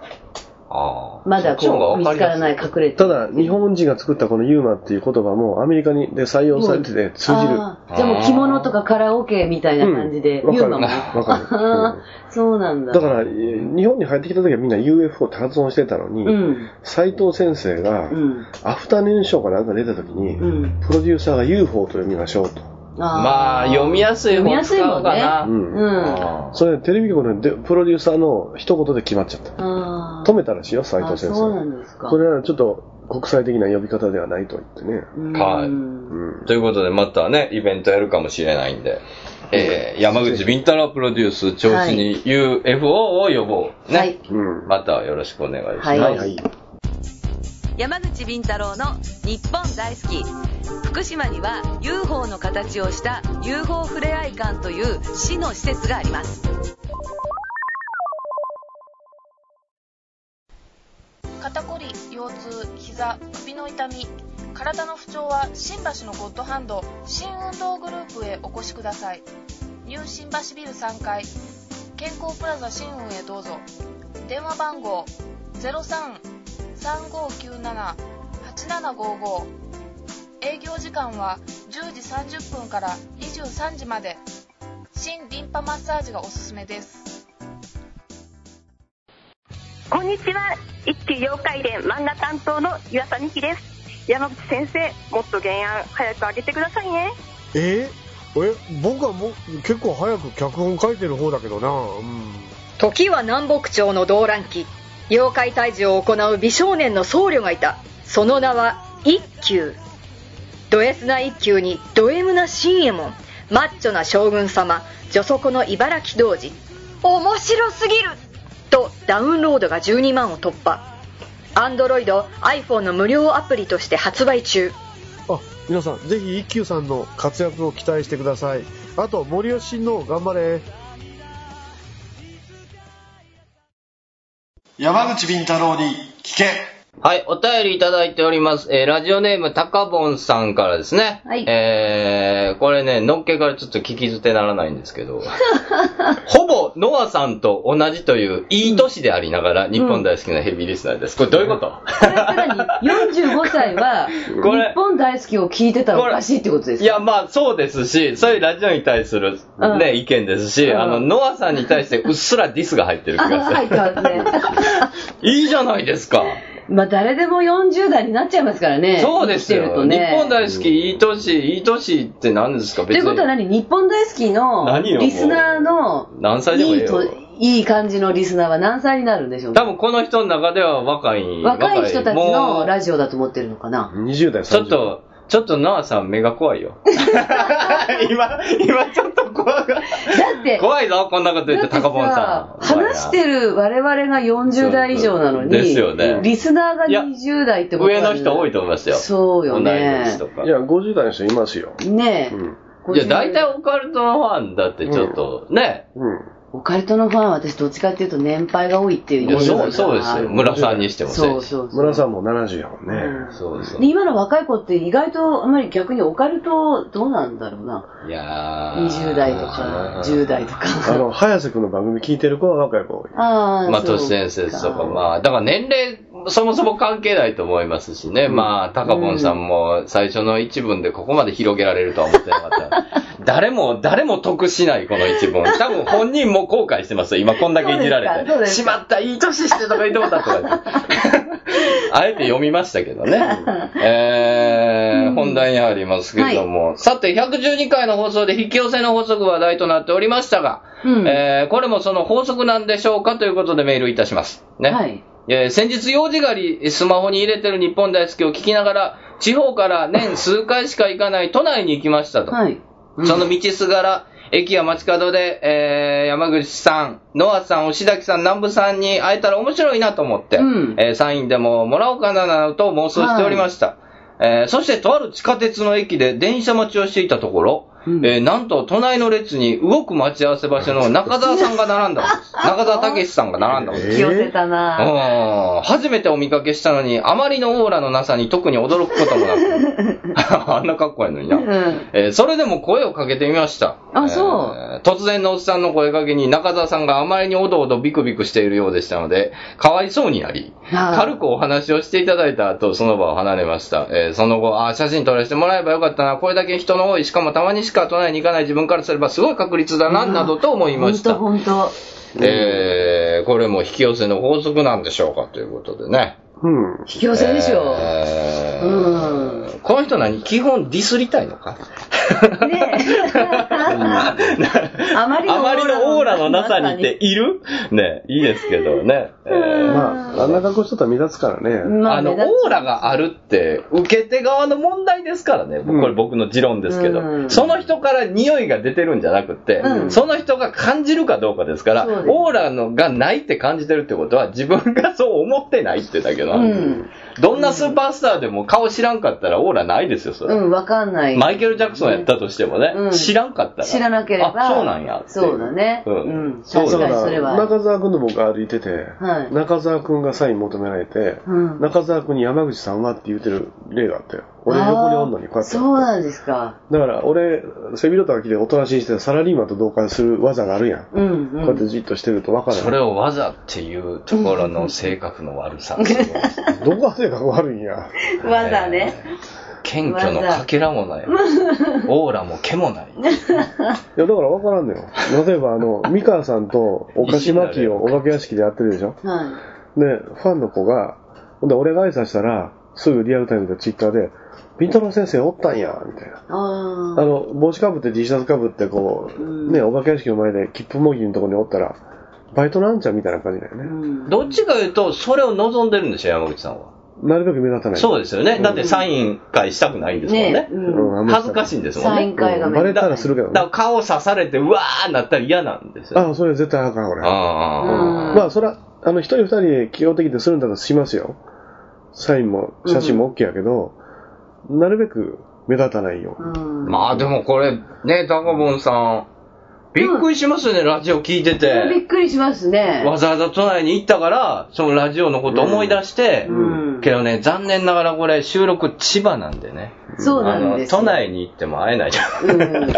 [SPEAKER 2] あああ。。
[SPEAKER 3] まだこう、見つからないい隠れて
[SPEAKER 1] ただ、日本人が作ったこのユーマっていう言葉もアメリカにで採用されてて通じる。
[SPEAKER 3] あーじゃあもう着物とかカラオケみたいな感じで、
[SPEAKER 1] うん
[SPEAKER 3] ユーマもね。
[SPEAKER 1] わかる
[SPEAKER 3] あーそうなんだ。
[SPEAKER 1] だから、えー日本に入ってきた時はみんな UFO って発音してたのに、
[SPEAKER 3] うん。
[SPEAKER 1] 斉藤先生が
[SPEAKER 3] うん。
[SPEAKER 1] アフタヌーンショーかなんか出た時に、
[SPEAKER 3] うん。
[SPEAKER 1] プロデューサーが UFO と読みましょうと。
[SPEAKER 2] まあ、読みやすい
[SPEAKER 3] 読み
[SPEAKER 2] 本
[SPEAKER 3] やすい
[SPEAKER 2] 使
[SPEAKER 3] も
[SPEAKER 2] うんか
[SPEAKER 3] ね。
[SPEAKER 2] な。
[SPEAKER 1] う。
[SPEAKER 3] うんん。
[SPEAKER 2] あ
[SPEAKER 1] それテレビ局のでプロデューサーの一言で決まっちゃった。
[SPEAKER 3] あー
[SPEAKER 1] 止めたらしいよ、斉藤先
[SPEAKER 3] あそうな
[SPEAKER 1] 生。
[SPEAKER 3] んですか。
[SPEAKER 1] それはちょっと国際的な呼び方ではないと言ってね。
[SPEAKER 3] うん
[SPEAKER 2] はい
[SPEAKER 1] うん
[SPEAKER 2] ー。ということで、またね、イベントやるかもしれないんで、えー、山口敏太郎プロデュース、調子に UFO を呼ぼう。ね。
[SPEAKER 3] はい。
[SPEAKER 1] うん。
[SPEAKER 2] またよろしくお願いします。
[SPEAKER 3] はい
[SPEAKER 1] はいはい。
[SPEAKER 4] 山口敏太郎の日本大好き福島には UFO の形をした UFO ふれあい館という市の施設があります
[SPEAKER 6] 肩こり腰痛膝首の痛み体の不調は新橋のゴッドハンド新運動グループへお越しくださいニュー新橋ビル3階健康プラザ新運へどうぞ電話番号0335978755営業時間は10時30分から23時まで新リンパマッサージがおすすめです
[SPEAKER 7] こんにちは一級妖怪伝漫画担当の岩田美希です山口先生もっと原案早く上げてくださいね
[SPEAKER 8] ええ僕はもう結構早く脚本書いてる方だけどなうん
[SPEAKER 9] 時は南北朝の動乱期妖怪退治を行う美少年の僧侶がいたその名は一休ド S な一休にド M な新右衛門マッチョな将軍様女底の茨城童子面白すぎるとダウンロードが12万を突破アンドロイド iPhone の無料アプリとして発売中
[SPEAKER 8] あ皆さんぜひ一休さんの活躍を期待してくださいあと森吉の頑張れ
[SPEAKER 10] 山口敏太郎に聞け
[SPEAKER 2] はい、お便りいただいております。えー、ラジオネーム、たかぼんさんからですね。
[SPEAKER 3] はい
[SPEAKER 2] えー、これね、のっけからちょっと聞き捨てならないんですけ ど、ほぼノアさんと同じという、いい年でありながら、日本大好きなヘビーリスナーです。これどういうこと、
[SPEAKER 3] これって何 ?45 歳は、
[SPEAKER 2] これ
[SPEAKER 3] 日本大好きを聞いてたらおかしいってことです
[SPEAKER 2] い
[SPEAKER 3] か
[SPEAKER 2] や、まあ、そうですし、そういうラジオに対する、ね
[SPEAKER 3] うん
[SPEAKER 2] 意見ですし、
[SPEAKER 3] うん
[SPEAKER 2] あの、ノアさんに対してうっすらディスが入ってる気
[SPEAKER 3] あ、
[SPEAKER 2] がする。
[SPEAKER 3] 入ってますね。
[SPEAKER 2] いいじゃないですか。
[SPEAKER 3] まあ、誰でも40代になっちゃいますからね。
[SPEAKER 2] そうです
[SPEAKER 3] 生きてる
[SPEAKER 2] よ。
[SPEAKER 3] と
[SPEAKER 2] 日
[SPEAKER 3] ね。
[SPEAKER 2] 本大好き、いい年、いい年って何ですか
[SPEAKER 3] と
[SPEAKER 2] 別
[SPEAKER 3] い
[SPEAKER 2] に。
[SPEAKER 3] うことは何日本大好きの
[SPEAKER 2] 何よ
[SPEAKER 3] リスナーの
[SPEAKER 2] 何歳でもいい
[SPEAKER 3] いい
[SPEAKER 2] よ
[SPEAKER 3] と。いい感じのリスナーは何歳になるんでしょう
[SPEAKER 2] 多
[SPEAKER 3] ね
[SPEAKER 2] 分この人の中では若い。
[SPEAKER 3] 若い人たち
[SPEAKER 2] も
[SPEAKER 3] の
[SPEAKER 2] う
[SPEAKER 3] ラジオだと思ってるのかな
[SPEAKER 1] 20代、30代。
[SPEAKER 2] ちょっと、ちょっとノアさん目が怖いよ。 今、今ちょっと怖が、
[SPEAKER 3] だって、
[SPEAKER 2] 怖いぞ、こんなこと言って、
[SPEAKER 3] だって
[SPEAKER 2] 高本さん。
[SPEAKER 3] 話してる我々が40代以上なのに、
[SPEAKER 2] ですよね
[SPEAKER 3] リスナーが
[SPEAKER 2] いや
[SPEAKER 3] 20代ってこと
[SPEAKER 2] 上の人多い
[SPEAKER 3] と
[SPEAKER 2] と思いますよ。
[SPEAKER 3] そうよ
[SPEAKER 2] 同い
[SPEAKER 3] ね
[SPEAKER 2] 年。とか。
[SPEAKER 1] いや、50代の人いますよ。
[SPEAKER 3] ねえ
[SPEAKER 1] う、ん。
[SPEAKER 2] いや、大体
[SPEAKER 3] 50
[SPEAKER 2] オカルトのファンだってちょっと、ね。
[SPEAKER 1] うん。
[SPEAKER 3] オカルトのファンは私どっちかっていうと年配が多いっていうイ
[SPEAKER 2] い
[SPEAKER 3] メー
[SPEAKER 2] や
[SPEAKER 3] ジ
[SPEAKER 2] そうそうですよ。村さんにしても
[SPEAKER 3] そう
[SPEAKER 2] ね。
[SPEAKER 3] そうそう。
[SPEAKER 1] 村さんも70やもんね。
[SPEAKER 3] うん
[SPEAKER 2] そうそう
[SPEAKER 3] で。今の若い子って意外とあんまり逆にオカルトどうなんだろうない
[SPEAKER 2] やー
[SPEAKER 3] 20代とか10代と
[SPEAKER 1] あ
[SPEAKER 3] か
[SPEAKER 1] の、早瀬くんの番組聞いてる子は若い子多い。
[SPEAKER 3] ああ
[SPEAKER 2] まあ、都市伝説とか、まあ、だから年齢、そもそも関係ないと思いますしね。まあ、高本さんも最初の一文でここまで広げられるとは思ってなかった。 誰も、誰も得しない、この一文。多分本人も後悔してますよ。今こんだけいじら
[SPEAKER 3] そうですかそ
[SPEAKER 2] れ
[SPEAKER 3] うで
[SPEAKER 2] て。
[SPEAKER 3] す
[SPEAKER 2] しまった、いい年してとか言ってもたとか言って。 あえて読みましたけどね。えー、本題に入りますけども。さて、112回の放送で引き寄せの法則は話題となっておりましたが、
[SPEAKER 3] うん
[SPEAKER 2] えーこれもその法則なんでしょうかということでメールいたします。ね。
[SPEAKER 3] はい
[SPEAKER 2] えー先日用事があり、スマホに入れてる日本大好きを聞きながら、地方から年数回しか行かない都内に行きましたと。
[SPEAKER 3] はいうん
[SPEAKER 2] その道すがら、駅や街角で、えー山口さん、ノアさん、押崎さん、南部さんに会えたら面白いなと思って、
[SPEAKER 3] うん
[SPEAKER 2] えーサインでももらおうかななどと妄想しておりました。えーそしてとある地下鉄の駅で電車待ちをしていたところ、えーなんと隣の列に動く待ち合わせ場所の中澤さんが並んだん です。中澤武史さんが並んだんです。
[SPEAKER 3] 寄せたな
[SPEAKER 2] うん初めてお見かけしたのに、あまりのオーラのなさに特に驚くこともな く、あんな格好やのにな、
[SPEAKER 3] うん
[SPEAKER 2] えーそれでも声をかけてみました。
[SPEAKER 3] あそう
[SPEAKER 2] えー突然のおっさんの声かけに中澤さんがあまりにおどおどビクビクしているようでしたので、かわいそうになり、
[SPEAKER 3] あー
[SPEAKER 2] 軽くお話をしていただいた後、その場を離れました。えーその後、あー写真撮らせてもらえばよかったな、これだけ人の多い、しかもたまにしか都内に行かない自分からすればすごい確率だな、などと思いました。
[SPEAKER 3] 本当
[SPEAKER 2] えーこれも引き寄せの法則なんでしょうかということでね。
[SPEAKER 1] うん。
[SPEAKER 3] 引き寄せでしょ、
[SPEAKER 2] えー
[SPEAKER 3] う
[SPEAKER 2] この人何基本ディスりたいのか
[SPEAKER 3] んねえ あまり
[SPEAKER 2] あまりのオーラのなさにっ
[SPEAKER 3] に
[SPEAKER 2] ているね、いいですけど ね。えー
[SPEAKER 1] まあ、あんな格好しとったら目立つからね。
[SPEAKER 3] まあ
[SPEAKER 2] あの、
[SPEAKER 3] 目立つ
[SPEAKER 2] オーラがあるって、受け手側の問題ですからね。
[SPEAKER 1] うん
[SPEAKER 2] これ僕の持論ですけど、
[SPEAKER 3] うん
[SPEAKER 2] その人から匂いが出てるんじゃなくて、
[SPEAKER 3] うん
[SPEAKER 2] その人が感じるかどうかですから、
[SPEAKER 3] そうです
[SPEAKER 2] オーラのがないって感じてるってことは、自分がそう思ってないってだけな
[SPEAKER 3] うん
[SPEAKER 2] で、
[SPEAKER 3] ん、
[SPEAKER 2] どんなスーパースターでも顔知らんかったらオーラないですよ、それ。
[SPEAKER 3] うん、わかんない。
[SPEAKER 2] マイケル・ジャクソンやったとしてもね、
[SPEAKER 3] うん
[SPEAKER 2] 知らんかったら。
[SPEAKER 3] 知らなければ。
[SPEAKER 2] あ、そうなんやってい。
[SPEAKER 3] そうだね。
[SPEAKER 2] う
[SPEAKER 3] うんん。
[SPEAKER 2] そう
[SPEAKER 3] 確
[SPEAKER 1] だ
[SPEAKER 3] か
[SPEAKER 1] か
[SPEAKER 3] にそれ
[SPEAKER 1] ら、
[SPEAKER 3] は。
[SPEAKER 1] 中澤君と僕が歩いてて、
[SPEAKER 3] はい
[SPEAKER 1] 中澤君がサイン求められて、
[SPEAKER 3] うん
[SPEAKER 1] 中澤君に山口さんはって言ってる例があったよ。俺横におんのにこうやって。
[SPEAKER 3] そうなんですか。
[SPEAKER 1] だから俺、背広とか着ておとなしいしてたサラリーマンと同感する技があるやん。
[SPEAKER 3] うん、う
[SPEAKER 1] こうやって
[SPEAKER 3] ん。
[SPEAKER 1] じっとしてると分から
[SPEAKER 2] そ
[SPEAKER 1] ない。
[SPEAKER 2] れをわざっていうところの性格の悪さっていうのは
[SPEAKER 1] どこが性格悪いんや。
[SPEAKER 3] わざね。
[SPEAKER 2] 謙虚のかけらもない。オーラも毛もない。
[SPEAKER 1] いや、だから分からんのよ。例えば、あの、美川さんと岡島きをお化け屋敷でやってるでしょ。
[SPEAKER 3] は
[SPEAKER 1] で、ファンの子が、ほんで、俺が挨拶したら、すぐリアルタイムでツイッターで、ビントロ先生おったんや、みたいな。
[SPEAKER 3] い。あ
[SPEAKER 1] あ
[SPEAKER 3] あ。
[SPEAKER 1] の、帽子かぶって T シャツかぶって、こ
[SPEAKER 3] うん
[SPEAKER 1] う、ね、お化け屋敷の前で切符もぎのとこにおったら、バイトなんちゃうみたいな感じだよ
[SPEAKER 3] う
[SPEAKER 1] ね。
[SPEAKER 3] ん。
[SPEAKER 2] どっちか言うと、それを望んでるんでしょ、山口さんは。
[SPEAKER 1] なるべく目立たない。
[SPEAKER 2] そうですよね。だってサイン会したくないんですもん
[SPEAKER 3] ね
[SPEAKER 2] ね
[SPEAKER 3] え。
[SPEAKER 1] う
[SPEAKER 3] うん。
[SPEAKER 1] ん
[SPEAKER 2] 恥ずかしいんですもん
[SPEAKER 3] サイ
[SPEAKER 2] ね。
[SPEAKER 3] ン会が
[SPEAKER 1] バレ
[SPEAKER 3] め
[SPEAKER 1] たらするけど
[SPEAKER 2] だから
[SPEAKER 1] ね。
[SPEAKER 2] 顔刺されて、うわーなったら嫌なんですよ。
[SPEAKER 1] あ、それ絶対あかん、俺。
[SPEAKER 2] あ
[SPEAKER 1] まあ、そら、あの、一人二人起用的でするんだったらしますよ。サインも、写真も OK やけど、なるべく目立たないよ
[SPEAKER 3] う
[SPEAKER 1] うに。
[SPEAKER 2] あ。
[SPEAKER 3] ん。
[SPEAKER 2] まあでもこれ、ね、タカボンさん、びっくりしますよね、ラジオ聞いて
[SPEAKER 3] それび
[SPEAKER 2] て。
[SPEAKER 3] っくりしますね。
[SPEAKER 2] わざわざ都内に行ったから、そのラジオのこと思い出して、
[SPEAKER 3] うん
[SPEAKER 2] けどね、残念ながらこれ収録千葉なんでね。
[SPEAKER 3] そうなんですよ。
[SPEAKER 2] あの都内に行っても会えないじゃん。
[SPEAKER 3] うん。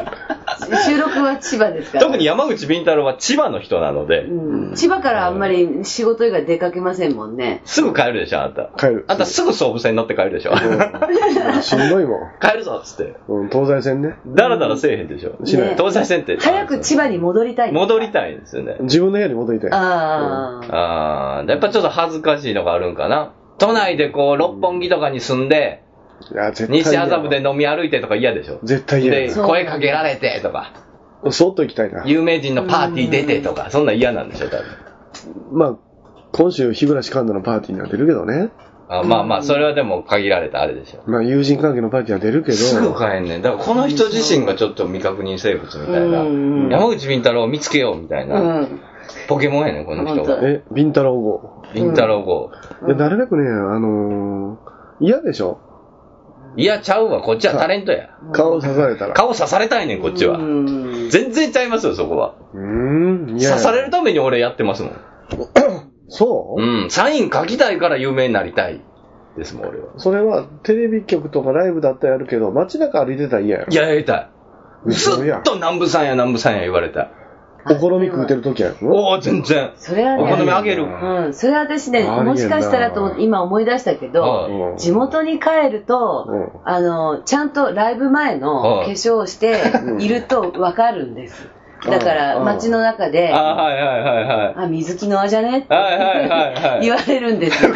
[SPEAKER 3] 収録は千葉ですか ら。
[SPEAKER 2] 特に山口敏太郎は千葉の人なので、
[SPEAKER 3] うん。千葉からあんまり仕事以外出かけませんもんね。
[SPEAKER 2] すぐ帰るでしょ、あんた。
[SPEAKER 1] 帰る
[SPEAKER 2] あんたすぐ総武線に乗って帰るでしょ。
[SPEAKER 1] しんどいもん。
[SPEAKER 2] 帰るぞっつって。
[SPEAKER 1] うん、東西線ね。
[SPEAKER 2] だらだらせえへんでしょ。
[SPEAKER 1] しない
[SPEAKER 3] ね
[SPEAKER 2] 東西線って。
[SPEAKER 3] 早く千葉に戻りたい。
[SPEAKER 2] 戻りたいんですよね。
[SPEAKER 1] 自分の部屋に戻りたい。
[SPEAKER 3] ああ。
[SPEAKER 2] あー、やっぱちょっと恥ずかしいのがあるんかな。都内でこう、六本木とかに住んで、
[SPEAKER 1] いや、絶対嫌
[SPEAKER 2] 西麻布で飲み歩いてとか嫌でしょ。
[SPEAKER 1] 絶対嫌
[SPEAKER 2] で、
[SPEAKER 1] や
[SPEAKER 3] そう
[SPEAKER 2] 声かけられてとか、
[SPEAKER 1] そっと行きたいな。
[SPEAKER 2] 有名人のパーティー出てとか、そんなん嫌なんでしょ、多分。
[SPEAKER 1] まあ、今週、日暮らし神田のパーティーには出るけどね。
[SPEAKER 2] あまあまあ、それはでも限られたあれでしょ。
[SPEAKER 1] まあ、友人関係のパーティーは出るけ
[SPEAKER 2] すぐ
[SPEAKER 1] ど、
[SPEAKER 2] 帰んねん。だからこの人自身がちょっと未確認生物みたいな。
[SPEAKER 3] うん
[SPEAKER 2] 山口敏太郎を見つけようみたいうな。
[SPEAKER 3] ん。
[SPEAKER 2] ポケモンやねん、この人が。
[SPEAKER 3] 本
[SPEAKER 1] え、ビンタロウ号。
[SPEAKER 2] 敏太郎号。
[SPEAKER 1] いやなるべくね、あのー、嫌でしょ
[SPEAKER 2] いや、ちゃうわ、こっちはタレントや。
[SPEAKER 1] 顔刺されたら。
[SPEAKER 2] 顔刺されたいねん、こっちは
[SPEAKER 3] う。ん。
[SPEAKER 2] 全然ちゃいますよ、そこは。
[SPEAKER 1] うーん、いや。
[SPEAKER 2] 刺されるために俺やってますもん。
[SPEAKER 1] そ
[SPEAKER 2] うん、サイン書きたいから有名になりたい。ですもん、俺は。
[SPEAKER 1] うそれは、テレビ局とかライブだったらやるけど、街中歩いてたら嫌やろ
[SPEAKER 2] い。や、やりたい。ず
[SPEAKER 1] 嘘や
[SPEAKER 2] っと南部さんや南部さんや言われた。
[SPEAKER 1] お好み食うてる時やろ。
[SPEAKER 2] おお、全然。
[SPEAKER 3] それはね。
[SPEAKER 2] お好みあげる。
[SPEAKER 3] うん、それは私
[SPEAKER 1] あ
[SPEAKER 3] ね、
[SPEAKER 1] りえんな
[SPEAKER 3] もしかしたらと思って今思い出したけ
[SPEAKER 2] は
[SPEAKER 3] ど、
[SPEAKER 1] うん
[SPEAKER 3] 地元に帰ると、あの、ちゃんとライブ前の
[SPEAKER 2] は
[SPEAKER 3] 化
[SPEAKER 2] い
[SPEAKER 3] 粧をしているとわかるんです。だから
[SPEAKER 1] うん
[SPEAKER 3] 街の中で、
[SPEAKER 2] あーはいはいはいはい。
[SPEAKER 3] あ、水木のあじゃねって
[SPEAKER 2] はいはいはいはい
[SPEAKER 3] 言われる んですよ。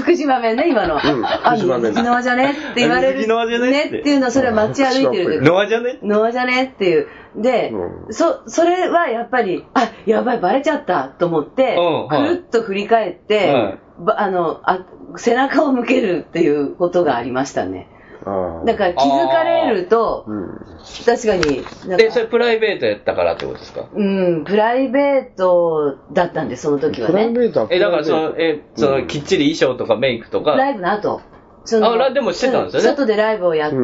[SPEAKER 3] 福島弁ね、今の。あ、水
[SPEAKER 1] 福島弁
[SPEAKER 3] 木のあじゃねって言われる。
[SPEAKER 2] 水木のあじゃねって
[SPEAKER 3] っていうのは、それは街歩いてる時。
[SPEAKER 2] ノアじゃね
[SPEAKER 3] ノアじゃねっていう。で、
[SPEAKER 1] う
[SPEAKER 3] そ、それはやっぱり、あ、やばい、バレちゃったと思って、
[SPEAKER 2] うん
[SPEAKER 3] く
[SPEAKER 2] はい
[SPEAKER 3] るっと振り返って、
[SPEAKER 2] は
[SPEAKER 3] ばあのあ、背中を向けるっていうことがありましたね。
[SPEAKER 1] ああ。
[SPEAKER 3] だから気づかれると、
[SPEAKER 1] うん。
[SPEAKER 3] 確かになん
[SPEAKER 2] で、
[SPEAKER 3] か
[SPEAKER 2] そ、れプライベートやったからってことですか
[SPEAKER 3] うん、プライベートだったんで、その時は
[SPEAKER 1] プライ
[SPEAKER 3] ね。
[SPEAKER 1] ベートはプ
[SPEAKER 2] え、
[SPEAKER 1] ラ
[SPEAKER 2] だ
[SPEAKER 1] イ
[SPEAKER 2] か
[SPEAKER 1] ベ
[SPEAKER 2] ら
[SPEAKER 1] ート
[SPEAKER 2] その、え、その、きっちり衣装とかメイクとか、
[SPEAKER 3] ライブの後。その
[SPEAKER 2] あらでもしてたんですよね
[SPEAKER 3] う外でライブをやって、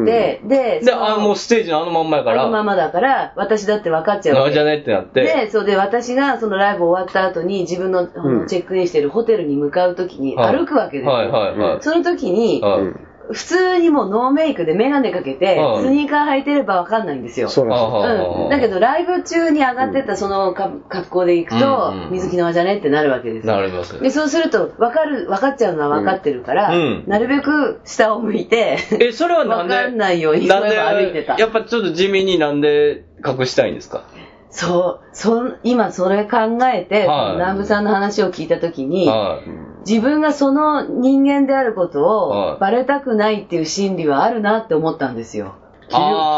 [SPEAKER 3] で
[SPEAKER 2] で、あもうステージのあのまんまやか
[SPEAKER 3] あ
[SPEAKER 2] ら、
[SPEAKER 3] のままだから私だって分かっちゃうわ
[SPEAKER 2] あ
[SPEAKER 3] け
[SPEAKER 2] じゃねってなって、
[SPEAKER 3] で、そうで、私がそのライブ終わった後に自分のあの
[SPEAKER 2] うん
[SPEAKER 3] チェックインしてるホテルに向かうときに
[SPEAKER 2] はい
[SPEAKER 3] 歩くわけですよ。
[SPEAKER 2] はいはいはい
[SPEAKER 3] その時に、
[SPEAKER 2] はい
[SPEAKER 3] 普通にもうノーメイクでメガネかけて、
[SPEAKER 2] はい
[SPEAKER 3] スニーカー履いてればわかんないんですよ。
[SPEAKER 2] そうなんですよ
[SPEAKER 3] うんだけど、ライブ中に上がってったそのか格好で行くと、
[SPEAKER 2] うんうん
[SPEAKER 3] 水木の輪じゃねってなるわけですよ。
[SPEAKER 2] なります。
[SPEAKER 3] で、そうすると、わかる、わかっちゃうのはわかってるから、
[SPEAKER 2] うん
[SPEAKER 3] なるべく下を向いて、
[SPEAKER 2] え、それはなん
[SPEAKER 3] わ
[SPEAKER 2] で、
[SPEAKER 3] かんないように、そういえば歩いてた。
[SPEAKER 2] やっぱちょっと地味になんで隠したいんですか
[SPEAKER 3] そう、そん今それ考えて、
[SPEAKER 2] はい
[SPEAKER 3] 南部さんの話を聞いたときに、
[SPEAKER 2] はい。
[SPEAKER 3] 自分がその人間であること
[SPEAKER 2] は
[SPEAKER 3] を
[SPEAKER 2] い
[SPEAKER 3] バレたくないっていう心理はあるなって思ったんですよ。
[SPEAKER 2] 切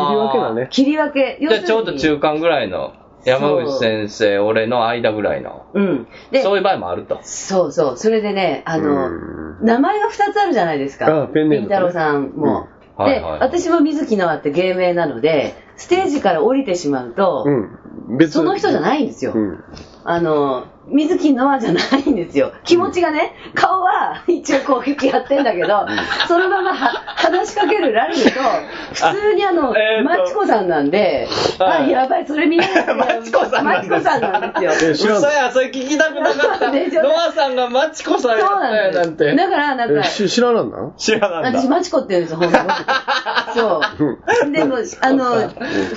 [SPEAKER 2] り分けだね。
[SPEAKER 3] 切り分け。
[SPEAKER 2] じゃあちょうど中間ぐらいの、山口先生、俺の間ぐらいの。
[SPEAKER 3] うん。
[SPEAKER 2] そういう場合もあると。
[SPEAKER 3] そうそう。それでね、あの、名前が2つあるじゃないですか。
[SPEAKER 2] ああペンネーム
[SPEAKER 3] り
[SPEAKER 2] とね
[SPEAKER 3] 太郎さんも。
[SPEAKER 2] うん
[SPEAKER 3] で、
[SPEAKER 2] はいはい
[SPEAKER 3] 私も水木の輪って芸名なので、ステージから降りてしまうと、その人じゃないんですよ。あの、水木の輪じゃないんですよ。気持ちがね、顔は一応攻撃やってんだけど、そのままは話しかけるラルミと、普通にあの、マチコさんなんで、あ、やばい、それ見ながら。マチコさん マチコさんなんですよ。
[SPEAKER 2] 嘘や、それ聞きたくなか った。
[SPEAKER 3] でしょ
[SPEAKER 2] ノアさんがマチコさんやったやなんて。
[SPEAKER 3] だから、なんか、
[SPEAKER 2] 知らなんだ知らなんだ
[SPEAKER 3] 私。マチコって言うんですよ、ほんとそう。でも、あの、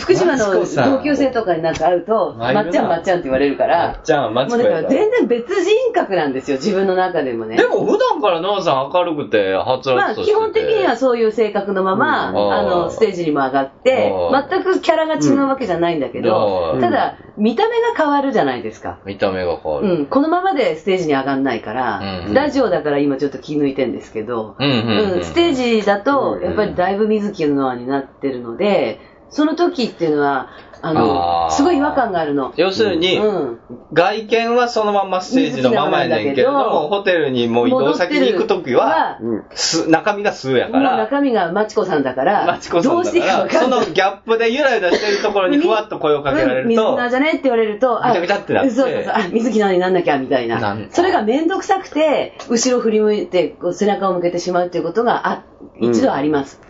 [SPEAKER 3] 福島の同級生とかになんか会うと、
[SPEAKER 2] マチコさん
[SPEAKER 3] まっちゃんまっちゃんって言われるか
[SPEAKER 2] ま
[SPEAKER 3] ら
[SPEAKER 2] っ、ちゃん、マチ
[SPEAKER 3] も
[SPEAKER 2] コ
[SPEAKER 3] うだか
[SPEAKER 2] や
[SPEAKER 3] ら
[SPEAKER 2] った。
[SPEAKER 3] 全然別人格なんですよ、自分の中でもね。
[SPEAKER 2] でも普段からノアさん明るくて、はつ
[SPEAKER 3] ま
[SPEAKER 2] ら
[SPEAKER 3] あ、
[SPEAKER 2] つと
[SPEAKER 3] 基本的にはそういう性格のまま、
[SPEAKER 2] うん
[SPEAKER 3] あ
[SPEAKER 2] あー
[SPEAKER 3] の、ステージにも上がって
[SPEAKER 2] あー、
[SPEAKER 3] 全くキャラが違うわけじゃないんだけど、
[SPEAKER 2] うん
[SPEAKER 3] ただ、見た目が変わるじゃないですか。
[SPEAKER 2] 見た目が変わ
[SPEAKER 3] う
[SPEAKER 2] る。
[SPEAKER 3] ん、このままでステージに上がんないから、
[SPEAKER 2] うん
[SPEAKER 3] ラジオだから今ちょっと気抜いてんですけど、
[SPEAKER 2] うんうんうん
[SPEAKER 3] ステージだと、やっぱりだいぶ水木の輪になってるので、その時っていうのは、あの、
[SPEAKER 2] あー
[SPEAKER 3] すごい違和感があるの。
[SPEAKER 2] 要するに、
[SPEAKER 3] うん
[SPEAKER 2] 外見はそのまんまステージのままやねんけれども、ホテルにもう移動先に行くときは、す中身が素や
[SPEAKER 3] も
[SPEAKER 2] か
[SPEAKER 3] う
[SPEAKER 2] ら、
[SPEAKER 3] 中身がマチコさんだから、
[SPEAKER 2] マチコさん
[SPEAKER 3] どう
[SPEAKER 2] だ
[SPEAKER 3] していいか
[SPEAKER 2] か
[SPEAKER 3] わ
[SPEAKER 2] ら、
[SPEAKER 3] か
[SPEAKER 2] そ
[SPEAKER 3] んない
[SPEAKER 2] の。ギャップでゆらゆらしてるところにふわっと声をかけられる
[SPEAKER 3] 水木
[SPEAKER 2] と、
[SPEAKER 3] 菜じゃねって言われると、あ、
[SPEAKER 2] ビタビタってなって
[SPEAKER 3] そうそうそう、あ、水木菜になんなきゃみたいな。
[SPEAKER 2] なん
[SPEAKER 3] それが面倒くさくて、後ろ振り向いて、こう背中を向けてしまうということが、あ、一度あります。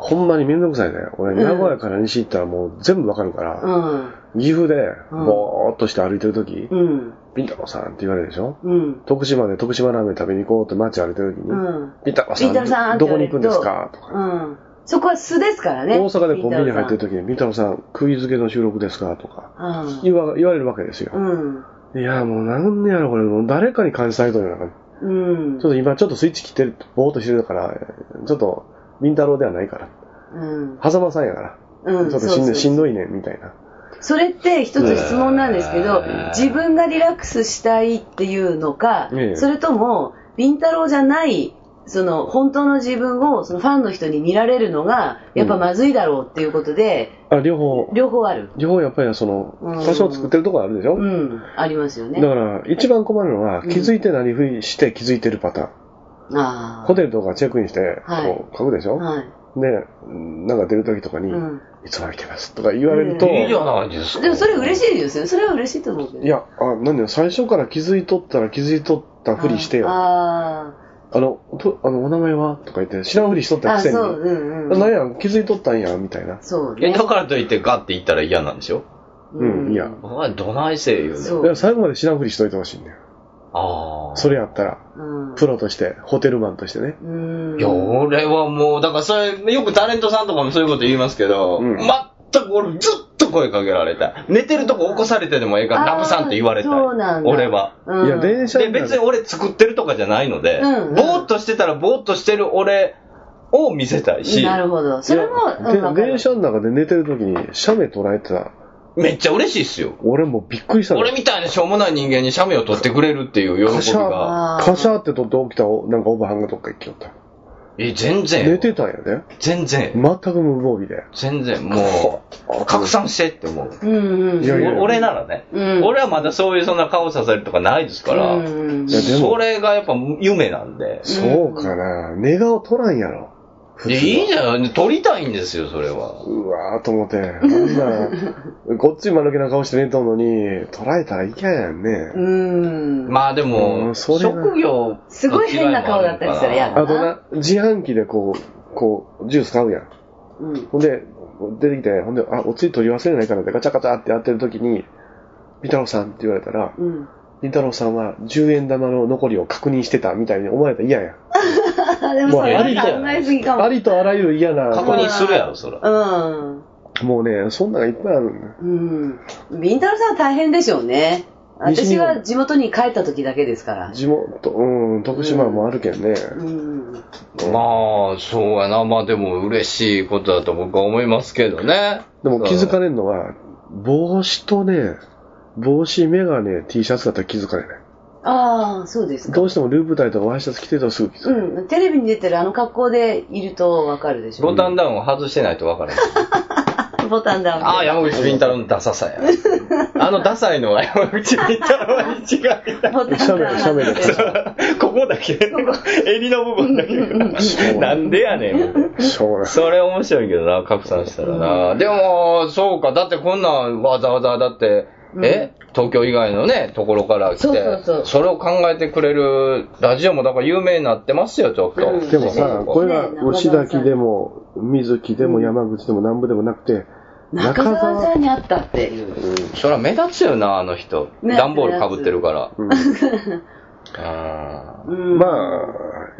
[SPEAKER 1] ほんまにめんどくさいね。俺、名古屋から西行ったらもう全部わかるから、
[SPEAKER 3] うん。
[SPEAKER 1] 岐阜で
[SPEAKER 3] うん
[SPEAKER 1] ぼーっとして歩いてるとき、
[SPEAKER 3] うん。
[SPEAKER 1] ピンタロさんって言われるでしょ
[SPEAKER 3] うん。
[SPEAKER 1] 徳島で徳島ラーメン食べに行こうって街歩いてるときに、
[SPEAKER 3] うん。
[SPEAKER 1] ピンタロ
[SPEAKER 3] ピンタロさ
[SPEAKER 1] さ
[SPEAKER 3] ん
[SPEAKER 1] ん、どこに行くんですかとか、
[SPEAKER 3] うん。そこは素ですからね。
[SPEAKER 1] 大阪でコンビニ入ってる
[SPEAKER 3] る。
[SPEAKER 1] ときに、ピンタロさん、食い漬けの収録ですかとか、
[SPEAKER 3] うん。
[SPEAKER 1] 言わ言われるわけですよ。
[SPEAKER 3] うん。
[SPEAKER 1] いや、もうなんねやろ、これ、もう誰かに感じされとるような感じ。
[SPEAKER 3] うん
[SPEAKER 1] ちょっと今ちょっとスイッチ切ってる、ぼーっとしてるから、ちょっと、ビンタロウではないから。
[SPEAKER 3] うん。
[SPEAKER 1] 狭間さんやから。
[SPEAKER 3] うん
[SPEAKER 1] ちょっとしん
[SPEAKER 3] そうそうそう
[SPEAKER 1] どしんどいね、みたいな。
[SPEAKER 3] それって一つ質問なんですけど、自分がリラックスしたいっていうのか、
[SPEAKER 1] ええ
[SPEAKER 3] それとも、りんたろうじゃない、その本当の自分をそのファンの人に見られるのが、やっぱまずいだろうっていうことで、
[SPEAKER 1] あ、両方。
[SPEAKER 3] 両方ある。
[SPEAKER 1] 両方やっぱりその
[SPEAKER 3] うん、
[SPEAKER 1] 多少作ってるとこあるでしょ、
[SPEAKER 3] うん、ありますよね。
[SPEAKER 1] だから、一番困るのは、気づいて何ふりして気づいてるパターン。
[SPEAKER 3] あ
[SPEAKER 1] ホテルとかチェックインして、
[SPEAKER 3] はい
[SPEAKER 1] こう書くでしょ、
[SPEAKER 3] はい
[SPEAKER 1] で、なんか出る時とかに、
[SPEAKER 3] ん
[SPEAKER 1] いつも空いてますとか言われると、
[SPEAKER 2] いいじゃないです
[SPEAKER 3] あ。でもそれ嬉しいですよね。それは嬉しいと思うけど。
[SPEAKER 1] いや、あ、なんだよ、最初から気づいとったら気づいとったふりしてよ。
[SPEAKER 3] あ
[SPEAKER 1] あの、とあの、お名前はとか言って、知らんふりしとっ
[SPEAKER 3] あ。
[SPEAKER 1] た
[SPEAKER 3] あ、
[SPEAKER 1] くせに。
[SPEAKER 3] そう、うんうん。
[SPEAKER 1] なんや、気づいとったんや、みたいな。
[SPEAKER 3] そう
[SPEAKER 2] え、
[SPEAKER 3] ね
[SPEAKER 2] だ。からといってガッて行ったら嫌なんでしょ
[SPEAKER 1] うん、いや。
[SPEAKER 2] お前どないせえ言うねん
[SPEAKER 1] だから最後まで知らんふりしといてほしいんだよ。
[SPEAKER 2] あ
[SPEAKER 1] それやったら、
[SPEAKER 3] うん。
[SPEAKER 1] プロとして、ホテルマンとしてね。
[SPEAKER 2] いや、俺はもう、だからそれ、よくタレントさんとかもそういうこと言いますけど、全く俺ずっと声かけられた。寝てるとこ起こされてでもええから、ラブさんって言われたい。
[SPEAKER 3] そうなんだ。
[SPEAKER 2] 俺は。
[SPEAKER 3] うんいや電車
[SPEAKER 2] で、別に俺作ってるとかじゃないので、
[SPEAKER 3] うんうん
[SPEAKER 2] ぼーっとしてたらぼーっとしてる俺を見せたいし、
[SPEAKER 3] なるほど。それも、うんわか
[SPEAKER 1] で、
[SPEAKER 3] る
[SPEAKER 1] 電車の中で寝てる時に、写メ捉えてた。
[SPEAKER 2] めっちゃ嬉しいっすよ。
[SPEAKER 1] 俺もびっくりしたの
[SPEAKER 2] 俺みたいなしょうもない人間に写メを撮ってくれるっていう
[SPEAKER 1] カ
[SPEAKER 2] 喜
[SPEAKER 1] シ
[SPEAKER 2] びが。
[SPEAKER 1] ャー、カシャーって撮って起きたお、なんかオーバーハンがどっか行きよった。
[SPEAKER 2] え、全然。
[SPEAKER 1] 寝てたんやで。
[SPEAKER 2] 全然。
[SPEAKER 1] 全く無防備で。
[SPEAKER 2] 全然、もう、拡散してって思う。
[SPEAKER 3] うんうん。
[SPEAKER 1] いやいや
[SPEAKER 2] お俺ならね、
[SPEAKER 3] うん
[SPEAKER 2] 俺はまだそういうそんな顔させるとかないですから、
[SPEAKER 3] うんうんうん
[SPEAKER 1] いやでも
[SPEAKER 2] それがやっぱ夢なんで。
[SPEAKER 1] そうかな。寝顔取らんやろ。
[SPEAKER 2] いやいいじゃん。撮りたいんですよ、それは。
[SPEAKER 1] うわーと思って、あんな、ごっつい間抜けな顔して寝とんのに、捉えたらいけんやんね。
[SPEAKER 3] うん。
[SPEAKER 2] まあでも、
[SPEAKER 1] それが
[SPEAKER 2] 職業
[SPEAKER 3] すごい変な顔だったりしたら嫌だ
[SPEAKER 1] あと
[SPEAKER 3] な。
[SPEAKER 1] な、自販機でこう、こう、ジュース買うやん。
[SPEAKER 3] うん。
[SPEAKER 1] ほんで、出てきて、ほんで、あ、おつり取り忘れないからってガチャガチャってやってる時に、みたろうさんって言われたら、
[SPEAKER 3] うん。
[SPEAKER 1] り太郎さんは10円玉の残りを確認してたみたいに思われたら嫌やん。
[SPEAKER 3] あ、でもそれは考えすぎかも。
[SPEAKER 1] ありとあらゆる嫌な、
[SPEAKER 2] 確認するやろ、そら。
[SPEAKER 3] うん。
[SPEAKER 1] もうね、そんなのがいっぱいあるんだよ
[SPEAKER 3] うん。ビンタロウさんは大変でしょうね。
[SPEAKER 1] 西日
[SPEAKER 3] 私
[SPEAKER 1] 本
[SPEAKER 3] は地元に帰った時だけですから。
[SPEAKER 1] 地元、うん、徳島もあるけんね。
[SPEAKER 3] うん。
[SPEAKER 2] まあ、そうやな。まあでも嬉しいことだと僕は思いますけどね。
[SPEAKER 1] でも気づかれんのは、帽子とね、帽子、メガネ、T シャツだったら気づかれない。
[SPEAKER 3] ああ、そうですか。
[SPEAKER 1] どうしてもループタイとかワイシャツ着てるとすぐ気づかれる。
[SPEAKER 3] うん。テレビに出てるあの格好でいるとわかるでしょ
[SPEAKER 2] ボ。タンダウンを外してないと分からない。
[SPEAKER 3] ボタンダウン で。
[SPEAKER 2] ああ、山口敏太郎のダサさや。 あのダサいのは山口敏太郎は違いない。
[SPEAKER 3] ボタンダウン
[SPEAKER 1] シャメルシャメ
[SPEAKER 2] ここだ け、襟の部分だけが。なんでやねん。
[SPEAKER 1] しょ うがない。
[SPEAKER 2] それ面白いけどな、拡散したらな。でも、そうか、だってこんなわざわざ、だって、え東京以外のね、ところから来て
[SPEAKER 3] そうそうそう
[SPEAKER 2] れを考えてくれるラジオもだから有名になってますよ、ちょっと。
[SPEAKER 3] うん
[SPEAKER 1] でもさ、これは
[SPEAKER 3] ね
[SPEAKER 1] 吉崎でも、水木でも山口でも南部でもなくて、
[SPEAKER 3] 中澤さんに会ったっていう。
[SPEAKER 2] そりゃ目立つよな、あの人。
[SPEAKER 3] ね
[SPEAKER 2] 段ボールかぶってるから。
[SPEAKER 1] うん
[SPEAKER 2] あ
[SPEAKER 3] うん。
[SPEAKER 1] まあ、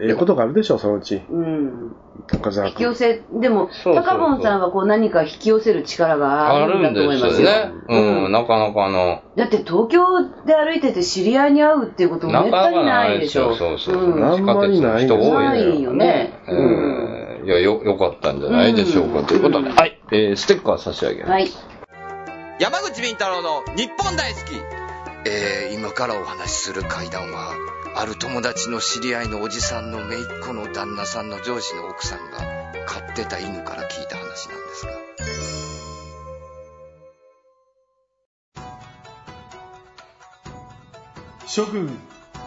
[SPEAKER 1] ええことがあるでしょう、そのうち。
[SPEAKER 3] うん。
[SPEAKER 1] 中澤
[SPEAKER 3] 引き
[SPEAKER 1] 君
[SPEAKER 3] 寄。せ、でも、
[SPEAKER 2] そうそう
[SPEAKER 3] 高本さんはこう何か引き寄せる力が
[SPEAKER 2] あ
[SPEAKER 3] ある
[SPEAKER 2] る
[SPEAKER 3] んだ
[SPEAKER 2] ん
[SPEAKER 3] と
[SPEAKER 2] で
[SPEAKER 3] 思い
[SPEAKER 2] す
[SPEAKER 3] ま
[SPEAKER 2] よ
[SPEAKER 3] すよ。
[SPEAKER 2] ね。うん、なかなかの。
[SPEAKER 3] だって東京で歩いてて知り合いに会うっていうこともめったにないでしょ。
[SPEAKER 2] そうそうそう。
[SPEAKER 3] うん
[SPEAKER 1] あんまりない
[SPEAKER 2] 地下鉄の人多いの
[SPEAKER 3] ないよね
[SPEAKER 2] うん。いや、よ、よかったんじゃないでしょうか。
[SPEAKER 3] うん
[SPEAKER 2] ということで、はい。えー、ステッカー差し上げます。
[SPEAKER 3] はい。
[SPEAKER 11] 山口敏太郎の日本大好きえー、今からお話しする会談はある友達の知り合いのおじさんの姪っ子の旦那さんの上司の奥さんが飼ってた犬から聞いた話なんですが
[SPEAKER 8] 諸君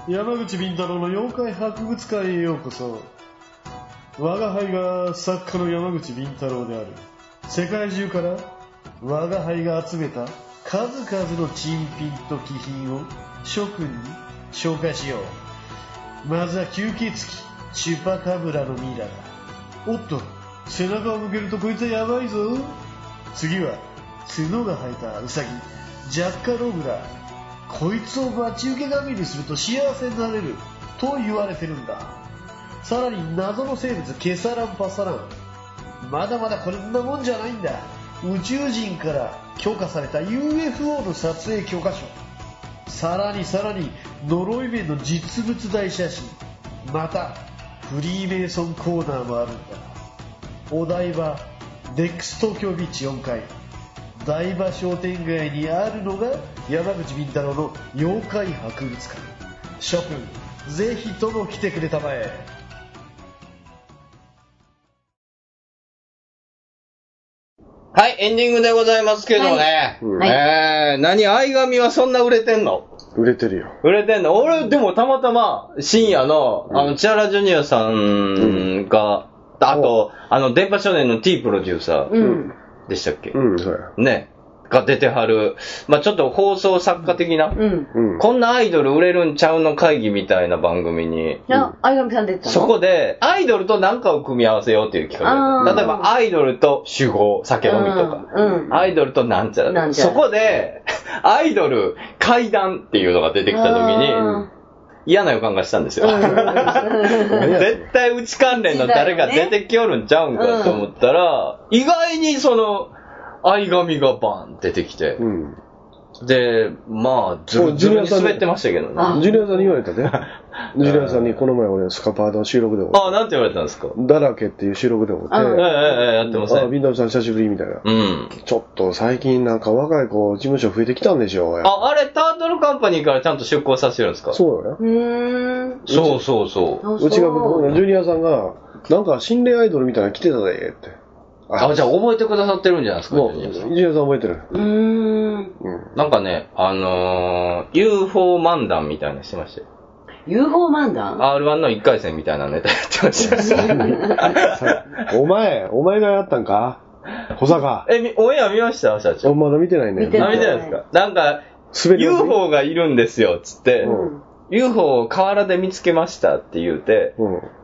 [SPEAKER 8] 山口敏太郎の妖怪博物館へようこそ我が輩が作家の山口敏太郎である世界中から我が輩が集めた数々の珍品と貴品を諸君に紹介しようまずは吸血鬼チュパカブラのミイラだおっと背中を向けるとこいつはやばいぞ次は角が生えたウサギジャッカローグだこいつを待ち受け神にすると幸せになれると言われてるんださらに謎の生物ケサランパサランまだまだこんなもんじゃないんだ宇宙人から許可された UFO の撮影許可書さらにさらに呪い面の実物大写真またフリーメイソンコーナーもあるんだお台場デックス東京ビーチ4階台場商店街にあるのが山口敏太郎の妖怪博物館諸君ぜひとも来てくれたまえ
[SPEAKER 2] はい、エンディングでございますけどね。
[SPEAKER 1] はい
[SPEAKER 2] えー、何、相紙はそんな売れてんの
[SPEAKER 1] 売れてるよ。
[SPEAKER 2] 売れてんの俺、でもたまたま、深夜の、あの、チアラジュニアさんが、あと、あの、電波少年の T プロデューサ
[SPEAKER 3] う
[SPEAKER 2] ー
[SPEAKER 3] ん。
[SPEAKER 2] でしたっけ
[SPEAKER 1] うん、そうや。
[SPEAKER 2] ね、が出てはる、まあちょっと放送作家的な、
[SPEAKER 3] うん。
[SPEAKER 1] うん。
[SPEAKER 2] こんなアイドル売れるんちゃうの会議みたいな番組に、
[SPEAKER 3] あ、相上さん出てたの
[SPEAKER 2] そこで、アイドルと何かを組み合わせようっていう企画
[SPEAKER 3] あ
[SPEAKER 2] で
[SPEAKER 3] ー
[SPEAKER 2] 例えば、アイドルと酒豪、酒飲みとか、
[SPEAKER 3] うんうん
[SPEAKER 2] アイドルとなんちゃ
[SPEAKER 3] な
[SPEAKER 2] ら。
[SPEAKER 3] んちゃら
[SPEAKER 2] そこで、アイドル、階段っていうのが出てきた時に、
[SPEAKER 3] あ
[SPEAKER 2] 嫌な予感がしたんですよ。
[SPEAKER 1] うん
[SPEAKER 2] 絶対うち関連の誰が出てきよるんちゃうんかと思ったら、意外にその、相紙がバーン出てきて
[SPEAKER 1] う、ん。
[SPEAKER 2] で、まあ、ずるずるに滑ってましたけどね。あ
[SPEAKER 3] あ
[SPEAKER 1] ジュニアさんに言われたで。ジュニアさんにこの前俺スカパーの収録でも、
[SPEAKER 2] なんて言われたんですか
[SPEAKER 1] だらけっていう収録でもって、
[SPEAKER 2] ええ
[SPEAKER 3] う
[SPEAKER 1] あ
[SPEAKER 2] ええやってませ
[SPEAKER 1] あ、
[SPEAKER 2] ん。
[SPEAKER 1] ビンダムさん久しぶりみたいな。
[SPEAKER 2] うん。
[SPEAKER 1] ちょっと最近なんか若い子、事務所増えてきたんでしょう。
[SPEAKER 2] あ、あれ、タートルカンパニーからちゃんと出向させてるんですかう
[SPEAKER 1] そうよ
[SPEAKER 3] うーん。
[SPEAKER 2] そうそうそう。
[SPEAKER 3] あ
[SPEAKER 1] ね。うちが、
[SPEAKER 3] そう
[SPEAKER 1] ジュニアさんが、なんか心霊アイドルみたいなの来てたで、って。
[SPEAKER 2] あ、じゃあ覚えてくださってるんじゃないですか、
[SPEAKER 1] もう、
[SPEAKER 2] ジ
[SPEAKER 1] ジ
[SPEAKER 2] ュニア
[SPEAKER 1] ュ
[SPEAKER 2] さん
[SPEAKER 1] ニアさん覚えてる。
[SPEAKER 3] うーん。
[SPEAKER 1] うん。
[SPEAKER 2] なんかね、あのー、UFO 漫談みたいなのしてましたよ。
[SPEAKER 3] UFO 漫談
[SPEAKER 2] R1 の1回戦みたいなネタやってました。
[SPEAKER 1] お前、お前がやったんか小坂。
[SPEAKER 2] え、みオンエア見ました社長。
[SPEAKER 1] まだ見てないね。
[SPEAKER 2] 見てないですかなんか、UFO がいるんですよ、つって、UFO を河原で見つけましたって言うて、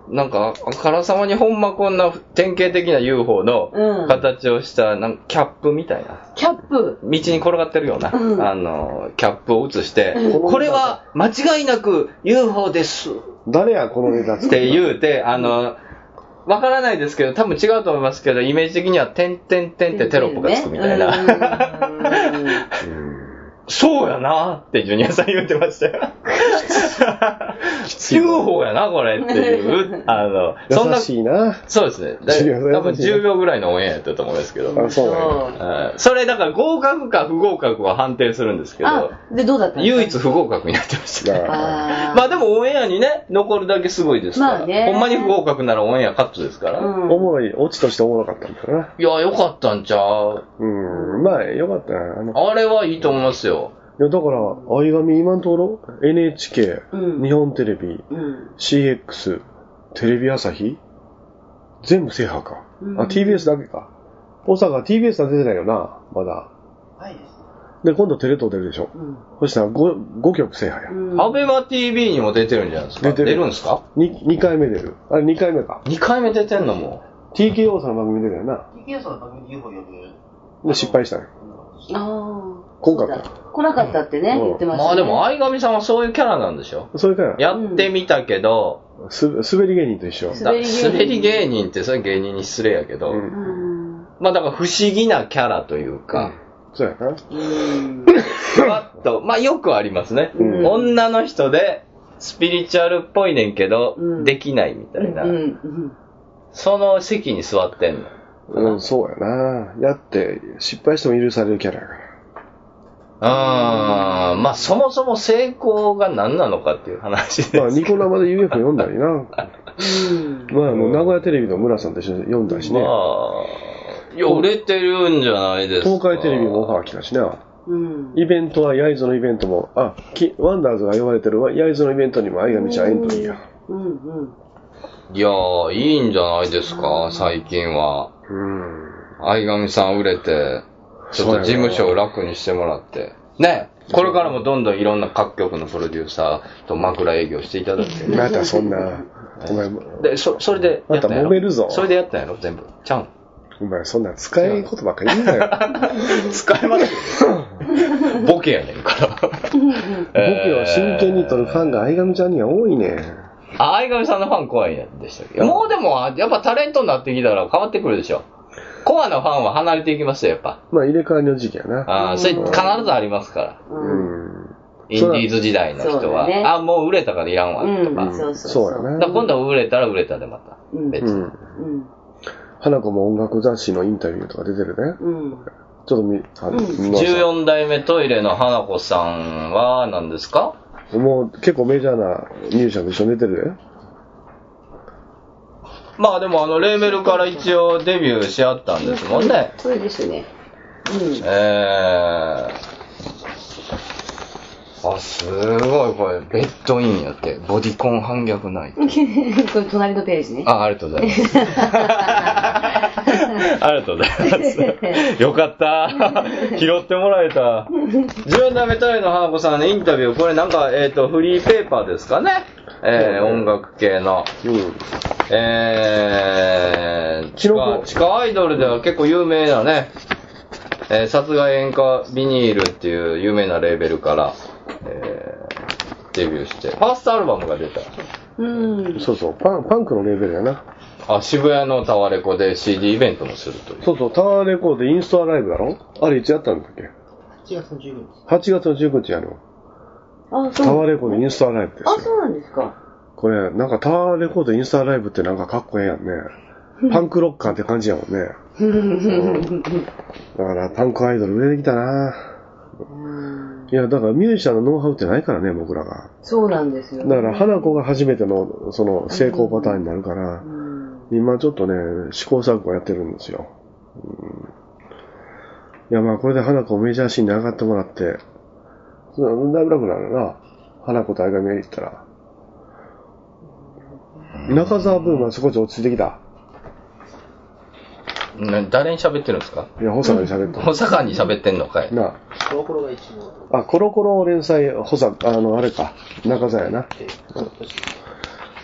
[SPEAKER 2] なんか、あからさまにほんまこんな典型的な UFO
[SPEAKER 3] う
[SPEAKER 2] の
[SPEAKER 3] ん
[SPEAKER 2] 形をした、なんかキャップみたいな。
[SPEAKER 3] キャップ
[SPEAKER 2] 道に転がってるような、
[SPEAKER 3] うん
[SPEAKER 2] あの、キャップを映して、
[SPEAKER 3] うん
[SPEAKER 2] これは間違いなく UFO です。
[SPEAKER 1] 誰や、このネタ
[SPEAKER 2] って言うて、あの、わからないですけど、多分違うと思いますけど、イメージ的には、てんてんてんってテロップがつくみたいな。そうやなってジュニアさん言ってました よ。UFO やな、これって いう。あの、そんな
[SPEAKER 1] 優、しいな。
[SPEAKER 2] そうですね。だ
[SPEAKER 1] ジュニアさん優しいな
[SPEAKER 2] 多分10秒ぐらいのオンエアやったと思うんですけど。
[SPEAKER 1] あそうなん
[SPEAKER 2] はいそれだから合格か不合格は判定するんですけど、
[SPEAKER 3] あ、で、どうだったの
[SPEAKER 2] 唯一不合格になってました。
[SPEAKER 3] あ
[SPEAKER 2] まあでもオンエアにね、残るだけすごいですから。
[SPEAKER 3] まあね
[SPEAKER 2] ほんまに不合格ならオンエアカットですから。
[SPEAKER 3] う
[SPEAKER 1] おもろい、オチとしておもろかったんだよな。
[SPEAKER 2] いや、よかったんちゃう
[SPEAKER 1] うん、まあ、よかったな。あの
[SPEAKER 2] あれはいいと思いますよ。
[SPEAKER 1] いやだから、相紙今のところ、NHK、
[SPEAKER 3] うん
[SPEAKER 1] 日本テレビ、
[SPEAKER 3] うん。
[SPEAKER 1] CX、テレビ朝日全部制覇か。
[SPEAKER 3] うん
[SPEAKER 1] あ、TBS だけか。大阪 TBS は出てないよな、まだ。で、今度テレ東出るでしょ。
[SPEAKER 3] うん
[SPEAKER 1] そしたら 5, 5局制覇や。
[SPEAKER 2] アベマ TV にも出てるんじゃないですか。
[SPEAKER 1] 出てる
[SPEAKER 2] 出るんですか
[SPEAKER 1] 2, 回目出る。あれ2回目か。
[SPEAKER 2] ?2 回目出てんのも。
[SPEAKER 1] TKO さんの番組出たよな。
[SPEAKER 12] TKO さんの番組 UFO 呼ぶ。
[SPEAKER 1] で失敗したね。
[SPEAKER 3] ああ。
[SPEAKER 1] 今回か。
[SPEAKER 3] 来なかったってね、言ってました、ね。
[SPEAKER 2] まあでも相上さんはそういうキャラなんでしょ。
[SPEAKER 1] そういうから、
[SPEAKER 2] やってみたけど、
[SPEAKER 1] す滑り芸人と一緒。
[SPEAKER 2] だ
[SPEAKER 3] 滑り芸人
[SPEAKER 2] 滑り芸人ってそれ芸人に失礼やけど、
[SPEAKER 3] うん。
[SPEAKER 2] まあだから不思議なキャラというか、
[SPEAKER 1] そうやな。
[SPEAKER 3] うん。
[SPEAKER 2] ふわっと、まあよくありますね。
[SPEAKER 3] うん
[SPEAKER 2] 女の人で、スピリチュアルっぽいねんけど、
[SPEAKER 3] うん
[SPEAKER 2] できないみたいな、
[SPEAKER 3] うんうん。
[SPEAKER 2] その席に座ってんの。
[SPEAKER 1] うん、そうやな。やって、失敗しても許されるキャラやから。
[SPEAKER 2] あーまあそもそも成功が何なのかっていう話です。
[SPEAKER 1] まあ、ニコ生で UFO 読んだりな。まあ、もう名古屋テレビの村さんと一緒に読んだりしね。
[SPEAKER 2] まあ、いや、売れてるんじゃないですか。
[SPEAKER 1] 東海テレビもオファー来たしな。
[SPEAKER 3] うん。
[SPEAKER 1] イベントは焼津のイベントも、あ、きワンダーズが呼ばれてるわ焼津のイベントにも相上ちゃんエントリーや。
[SPEAKER 3] うん。うん。
[SPEAKER 2] いやー、いいんじゃないですか、最近は。
[SPEAKER 1] うん。
[SPEAKER 2] 相上さん売れて、ちょっと事務所を楽にしてもらって。ね、これからもどんどんいろんな各局のプロデューサーと枕営業していただいて。
[SPEAKER 1] またそんな、お前、
[SPEAKER 2] で、そ、それでやったんやろ
[SPEAKER 1] また揉めるぞ
[SPEAKER 2] それでやったんやろ全部。ちゃう
[SPEAKER 1] お
[SPEAKER 2] ん。
[SPEAKER 1] 前そんな使い言ばっかり言うなよ。
[SPEAKER 2] 使えますよ ボケやねん か
[SPEAKER 1] 僕
[SPEAKER 2] ら。ボ
[SPEAKER 1] は真剣に撮るファンが相上ちゃんには多いね。
[SPEAKER 2] あ、相上さんのファン怖いんやでしたっけもうでも、あやっぱタレントになってきたら変わってくるでしょ。コアなファンは離れていきますよ、やっぱ。
[SPEAKER 1] まあ入れ替わりの時期やな。
[SPEAKER 2] あーそれ必ずありますから。
[SPEAKER 1] うん。
[SPEAKER 2] インディーズ時代の人は。
[SPEAKER 3] そうだね
[SPEAKER 2] あ、もう売れたからいらんわ、とか。
[SPEAKER 3] うんそうそ
[SPEAKER 1] そう
[SPEAKER 3] う
[SPEAKER 1] や
[SPEAKER 2] だから
[SPEAKER 1] な。
[SPEAKER 2] 今度は売れたら売れたでまた。
[SPEAKER 3] うん
[SPEAKER 2] 別
[SPEAKER 1] う
[SPEAKER 2] に
[SPEAKER 1] ん。
[SPEAKER 3] うん。
[SPEAKER 1] 花子も音楽雑誌のインタビューとか出てるね。
[SPEAKER 3] うん。
[SPEAKER 1] ちょっと見、あの、見まし
[SPEAKER 2] 14代目トイレの花子さんは何ですか
[SPEAKER 1] たもう結構メジャーなミュージシャンと一緒に出てる
[SPEAKER 2] まあでもあのレーベルから一応デビューし合ったんですもんね。
[SPEAKER 3] それですね。うん。
[SPEAKER 2] えー、あ、すごいこれ、ベッドインやって。ボディコン反逆ない。
[SPEAKER 3] これ隣のページね。
[SPEAKER 2] あ、ありがとうございます。ありがとうございます。よかった。拾ってもらえた。10代目トイレの花子さんのインタビュー、これなんか、えっ、と、フリーペーパーですかね。えー、音楽系の。
[SPEAKER 1] よ。うん。
[SPEAKER 2] えー、
[SPEAKER 1] キ
[SPEAKER 2] 地
[SPEAKER 1] ノ
[SPEAKER 2] 下
[SPEAKER 1] コ
[SPEAKER 2] 地下アイドルでは結構有名なね、えー、殺害演歌ビニールっていう有名なレーベルから、えー、デビューして、ファーストアルバムが出た。
[SPEAKER 3] うん。
[SPEAKER 1] そうそう、パンパンクのレベルやな。
[SPEAKER 2] あ、渋谷のタワレコで CD イベントもするという。
[SPEAKER 1] そうそう、タワーレコードインストアライブだろあれいつやったんだっけ
[SPEAKER 12] 8月の15日。
[SPEAKER 1] ?8 月の19日やろ。
[SPEAKER 3] あ、
[SPEAKER 1] タワ
[SPEAKER 3] そ
[SPEAKER 1] ー
[SPEAKER 3] う。
[SPEAKER 1] レコードインストアライブです
[SPEAKER 3] あ、
[SPEAKER 1] よ。
[SPEAKER 3] そうなんですか。
[SPEAKER 1] これ、なんかタワーレコードインストアライブってなんかかっこええやんね。パンクロッカーって感じやもんね。だからパンクアイドル売れてきたないや、だからミュージシャンのノウハウってないからね、僕らが。
[SPEAKER 3] そうなんですよ。
[SPEAKER 1] だから、花子が初めての、その、成功パターンになるから、今ちょっとね、試行錯誤やってるんですよ。うんいや、まあ、これで花子メジャーシーンに上がってもらって、それはだいぶ楽になるな。花子と相上が行ったら。中澤ブームは少し落ち着いてきた。
[SPEAKER 2] な誰に喋ってるんですか
[SPEAKER 1] いや、保坂に喋ってる
[SPEAKER 2] 保坂に喋ってんのかい。
[SPEAKER 1] な
[SPEAKER 12] コロコロが一応。
[SPEAKER 1] あ、あコロコロ連載、保坂、あの、あれか、中澤やな。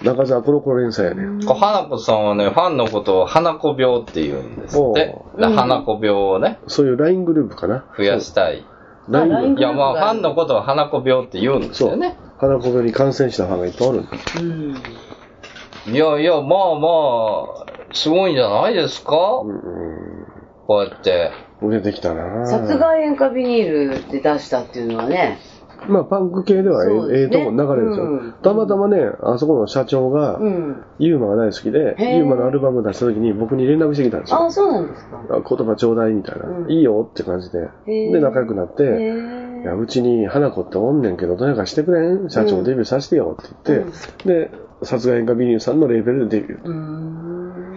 [SPEAKER 1] 中澤コロコロ連載やね。
[SPEAKER 2] こう花子さんはね、ファンのことを花子病って言うんですって。だから花子病をね、
[SPEAKER 1] そういう LINE グループかな。
[SPEAKER 2] 増やしたい。
[SPEAKER 1] LINE グルー
[SPEAKER 2] い
[SPEAKER 1] プ。
[SPEAKER 2] や、まあ、ファンのことを花子病って言うんですよね。
[SPEAKER 1] 花子病に感染したファンがいっぱいおるんだ
[SPEAKER 2] いやいや、まあまあ、すごいんじゃないですかこうやって。
[SPEAKER 1] 出てきたな
[SPEAKER 3] 殺害塩化ビニールで出したっていうのはね、
[SPEAKER 1] まあ、パンク系ではえ
[SPEAKER 3] そう
[SPEAKER 1] ええ
[SPEAKER 3] で
[SPEAKER 1] え
[SPEAKER 3] すね
[SPEAKER 1] とこ流れですよ、
[SPEAKER 3] うん
[SPEAKER 1] たまたまね、あそこの社長が、
[SPEAKER 3] うん。
[SPEAKER 1] ユーマが大好きで、
[SPEAKER 3] へえ
[SPEAKER 1] ユーマのアルバム出した時に僕に連絡してきたんですよ。
[SPEAKER 3] ああ、そうなんですか。
[SPEAKER 1] あ言葉ちょうだいみたいな、いいよって感じで。
[SPEAKER 3] へえ
[SPEAKER 1] で、仲良くなって、
[SPEAKER 3] へ
[SPEAKER 1] いや、うちに花子っておんねんけど、どうやかしてくれん社長デビューさせてよって言って、で、殺害演歌ビニューさんのレーベルでデビュー。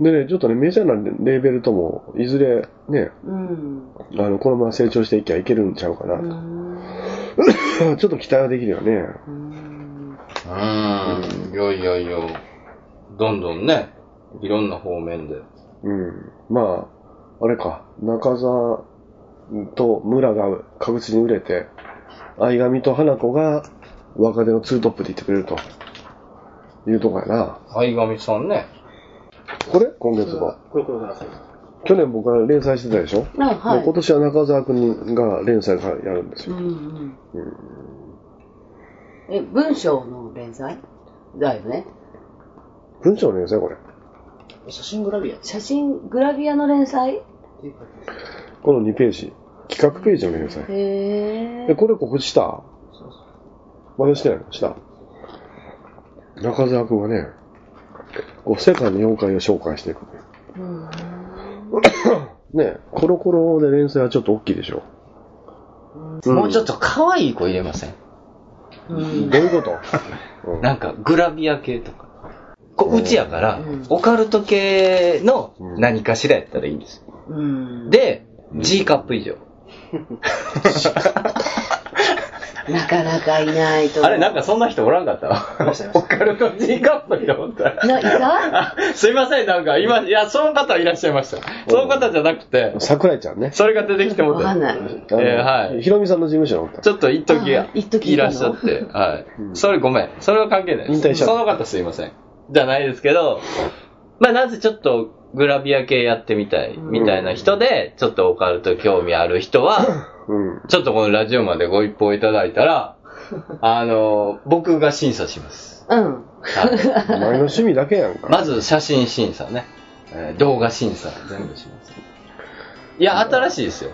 [SPEAKER 1] でね、ちょっとね、メジャーなレーベルとも、いずれね、
[SPEAKER 3] うん。
[SPEAKER 1] あの、このまま成長していきゃいけるんちゃうかなと。 ちょっと期待はできるよね。
[SPEAKER 2] うーん。いやいやいや、どんどんね、いろんな方面で。
[SPEAKER 1] うん。まあ、あれか、中澤と村が確実に売れて、相上と花子が若手のツートップでいってくれると。いうとこやな。
[SPEAKER 2] 相上さんね。
[SPEAKER 1] これ今月号。去年僕が連載してたでしょ
[SPEAKER 3] あはい
[SPEAKER 1] もう今年は中澤君が連載からやるんです
[SPEAKER 3] う
[SPEAKER 1] よ。
[SPEAKER 3] んうん。
[SPEAKER 1] うん
[SPEAKER 3] え、文章の連載だよね。
[SPEAKER 1] 文章の連載これ。
[SPEAKER 12] 写真グラビア。
[SPEAKER 3] 写真、グラビアの連載
[SPEAKER 1] この2ページ。企画ページの連載。
[SPEAKER 3] へ
[SPEAKER 1] え、
[SPEAKER 3] え。
[SPEAKER 1] これここしたまだしてないのした。中澤君はね、こう世界の妖怪を紹介していく。ねコロコロで連載はちょっと大きいでしょ。
[SPEAKER 2] もうちょっと可愛い子入れません
[SPEAKER 3] ど
[SPEAKER 2] う
[SPEAKER 1] いう こと
[SPEAKER 2] なんか、グラビア系とか。こううちやから、オカルト系の何かしらやったらいいんです。
[SPEAKER 3] うん。
[SPEAKER 2] で、G カップ以上。
[SPEAKER 3] なかなかいないと思
[SPEAKER 2] あ
[SPEAKER 3] う。
[SPEAKER 2] れ、なんかそんな人おらんかったわ。オカルト G カップにおった。
[SPEAKER 3] ないた
[SPEAKER 2] すいません、なんか今、いや、その方いらっしゃいました。その方じゃなくて、
[SPEAKER 1] 桜井ちゃんね。
[SPEAKER 2] それが出てきてもうて。
[SPEAKER 3] わかんない
[SPEAKER 2] えーはい。
[SPEAKER 1] ひろみさんの事務所の
[SPEAKER 2] ちょっと一時
[SPEAKER 3] あ一時
[SPEAKER 2] いらっしゃって、はい。それごめん。それは関係ないです。
[SPEAKER 1] 引退しちゃった
[SPEAKER 2] その方すいません。じゃないですけど、まあなぜちょっとグラビア系やってみたい、みたいな人で、ちょっとオカルト興味ある 人は、
[SPEAKER 1] うん。
[SPEAKER 2] ちょっとこのラジオまでご一報いただいたら、あの、僕が審査します。
[SPEAKER 3] う
[SPEAKER 2] は
[SPEAKER 3] ん。
[SPEAKER 2] い
[SPEAKER 1] お前の趣味だけやんか。
[SPEAKER 2] まず写真審査ね、えー動画審査全部します。いや、新しいですよ。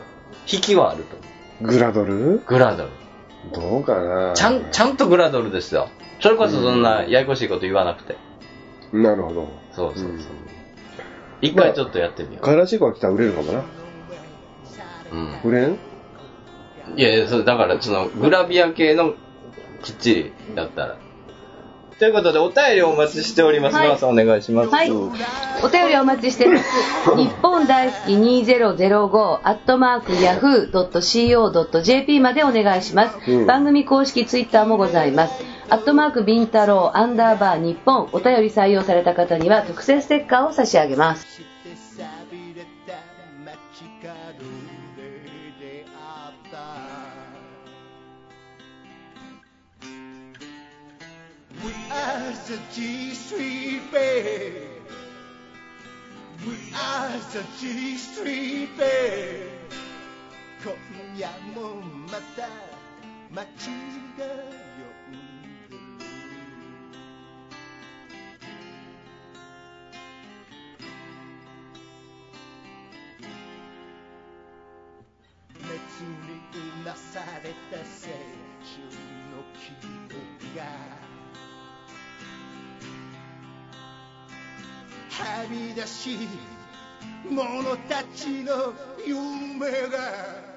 [SPEAKER 2] 引きはあると思う。
[SPEAKER 1] グラドル
[SPEAKER 2] グラドル。
[SPEAKER 1] どうかな
[SPEAKER 2] ちゃん、ちゃんとグラドルですよ。それこそそんなややこしいこと言わなくて。
[SPEAKER 1] なるほど。
[SPEAKER 2] そうそうそう。一回ちょっとやってみよ
[SPEAKER 1] かいらしい子が来たら売れるかもな。
[SPEAKER 2] う。う
[SPEAKER 1] 売
[SPEAKER 2] ん。
[SPEAKER 1] れん
[SPEAKER 2] いやいや、そうだからそのグラビア系のきっちりやったら。ということで、お便りお待ちしております。
[SPEAKER 3] はい
[SPEAKER 2] ノアさんお願いします。
[SPEAKER 3] はい。お便りお待ちして ます。日本大好き2005アットマーク yahoo.co.jp までお願いします。
[SPEAKER 13] うん
[SPEAKER 3] 番組公式ツイッターもございます。アットマークビンタロウアンダーバー日本お便り採用された方には特製ステッカーを差し上げます。
[SPEAKER 13] We are the G Street Band. We are the G Street Band. 今夜もまた街が呼んでる熱にうなされた青春の記憶がはみ出し者たちの夢が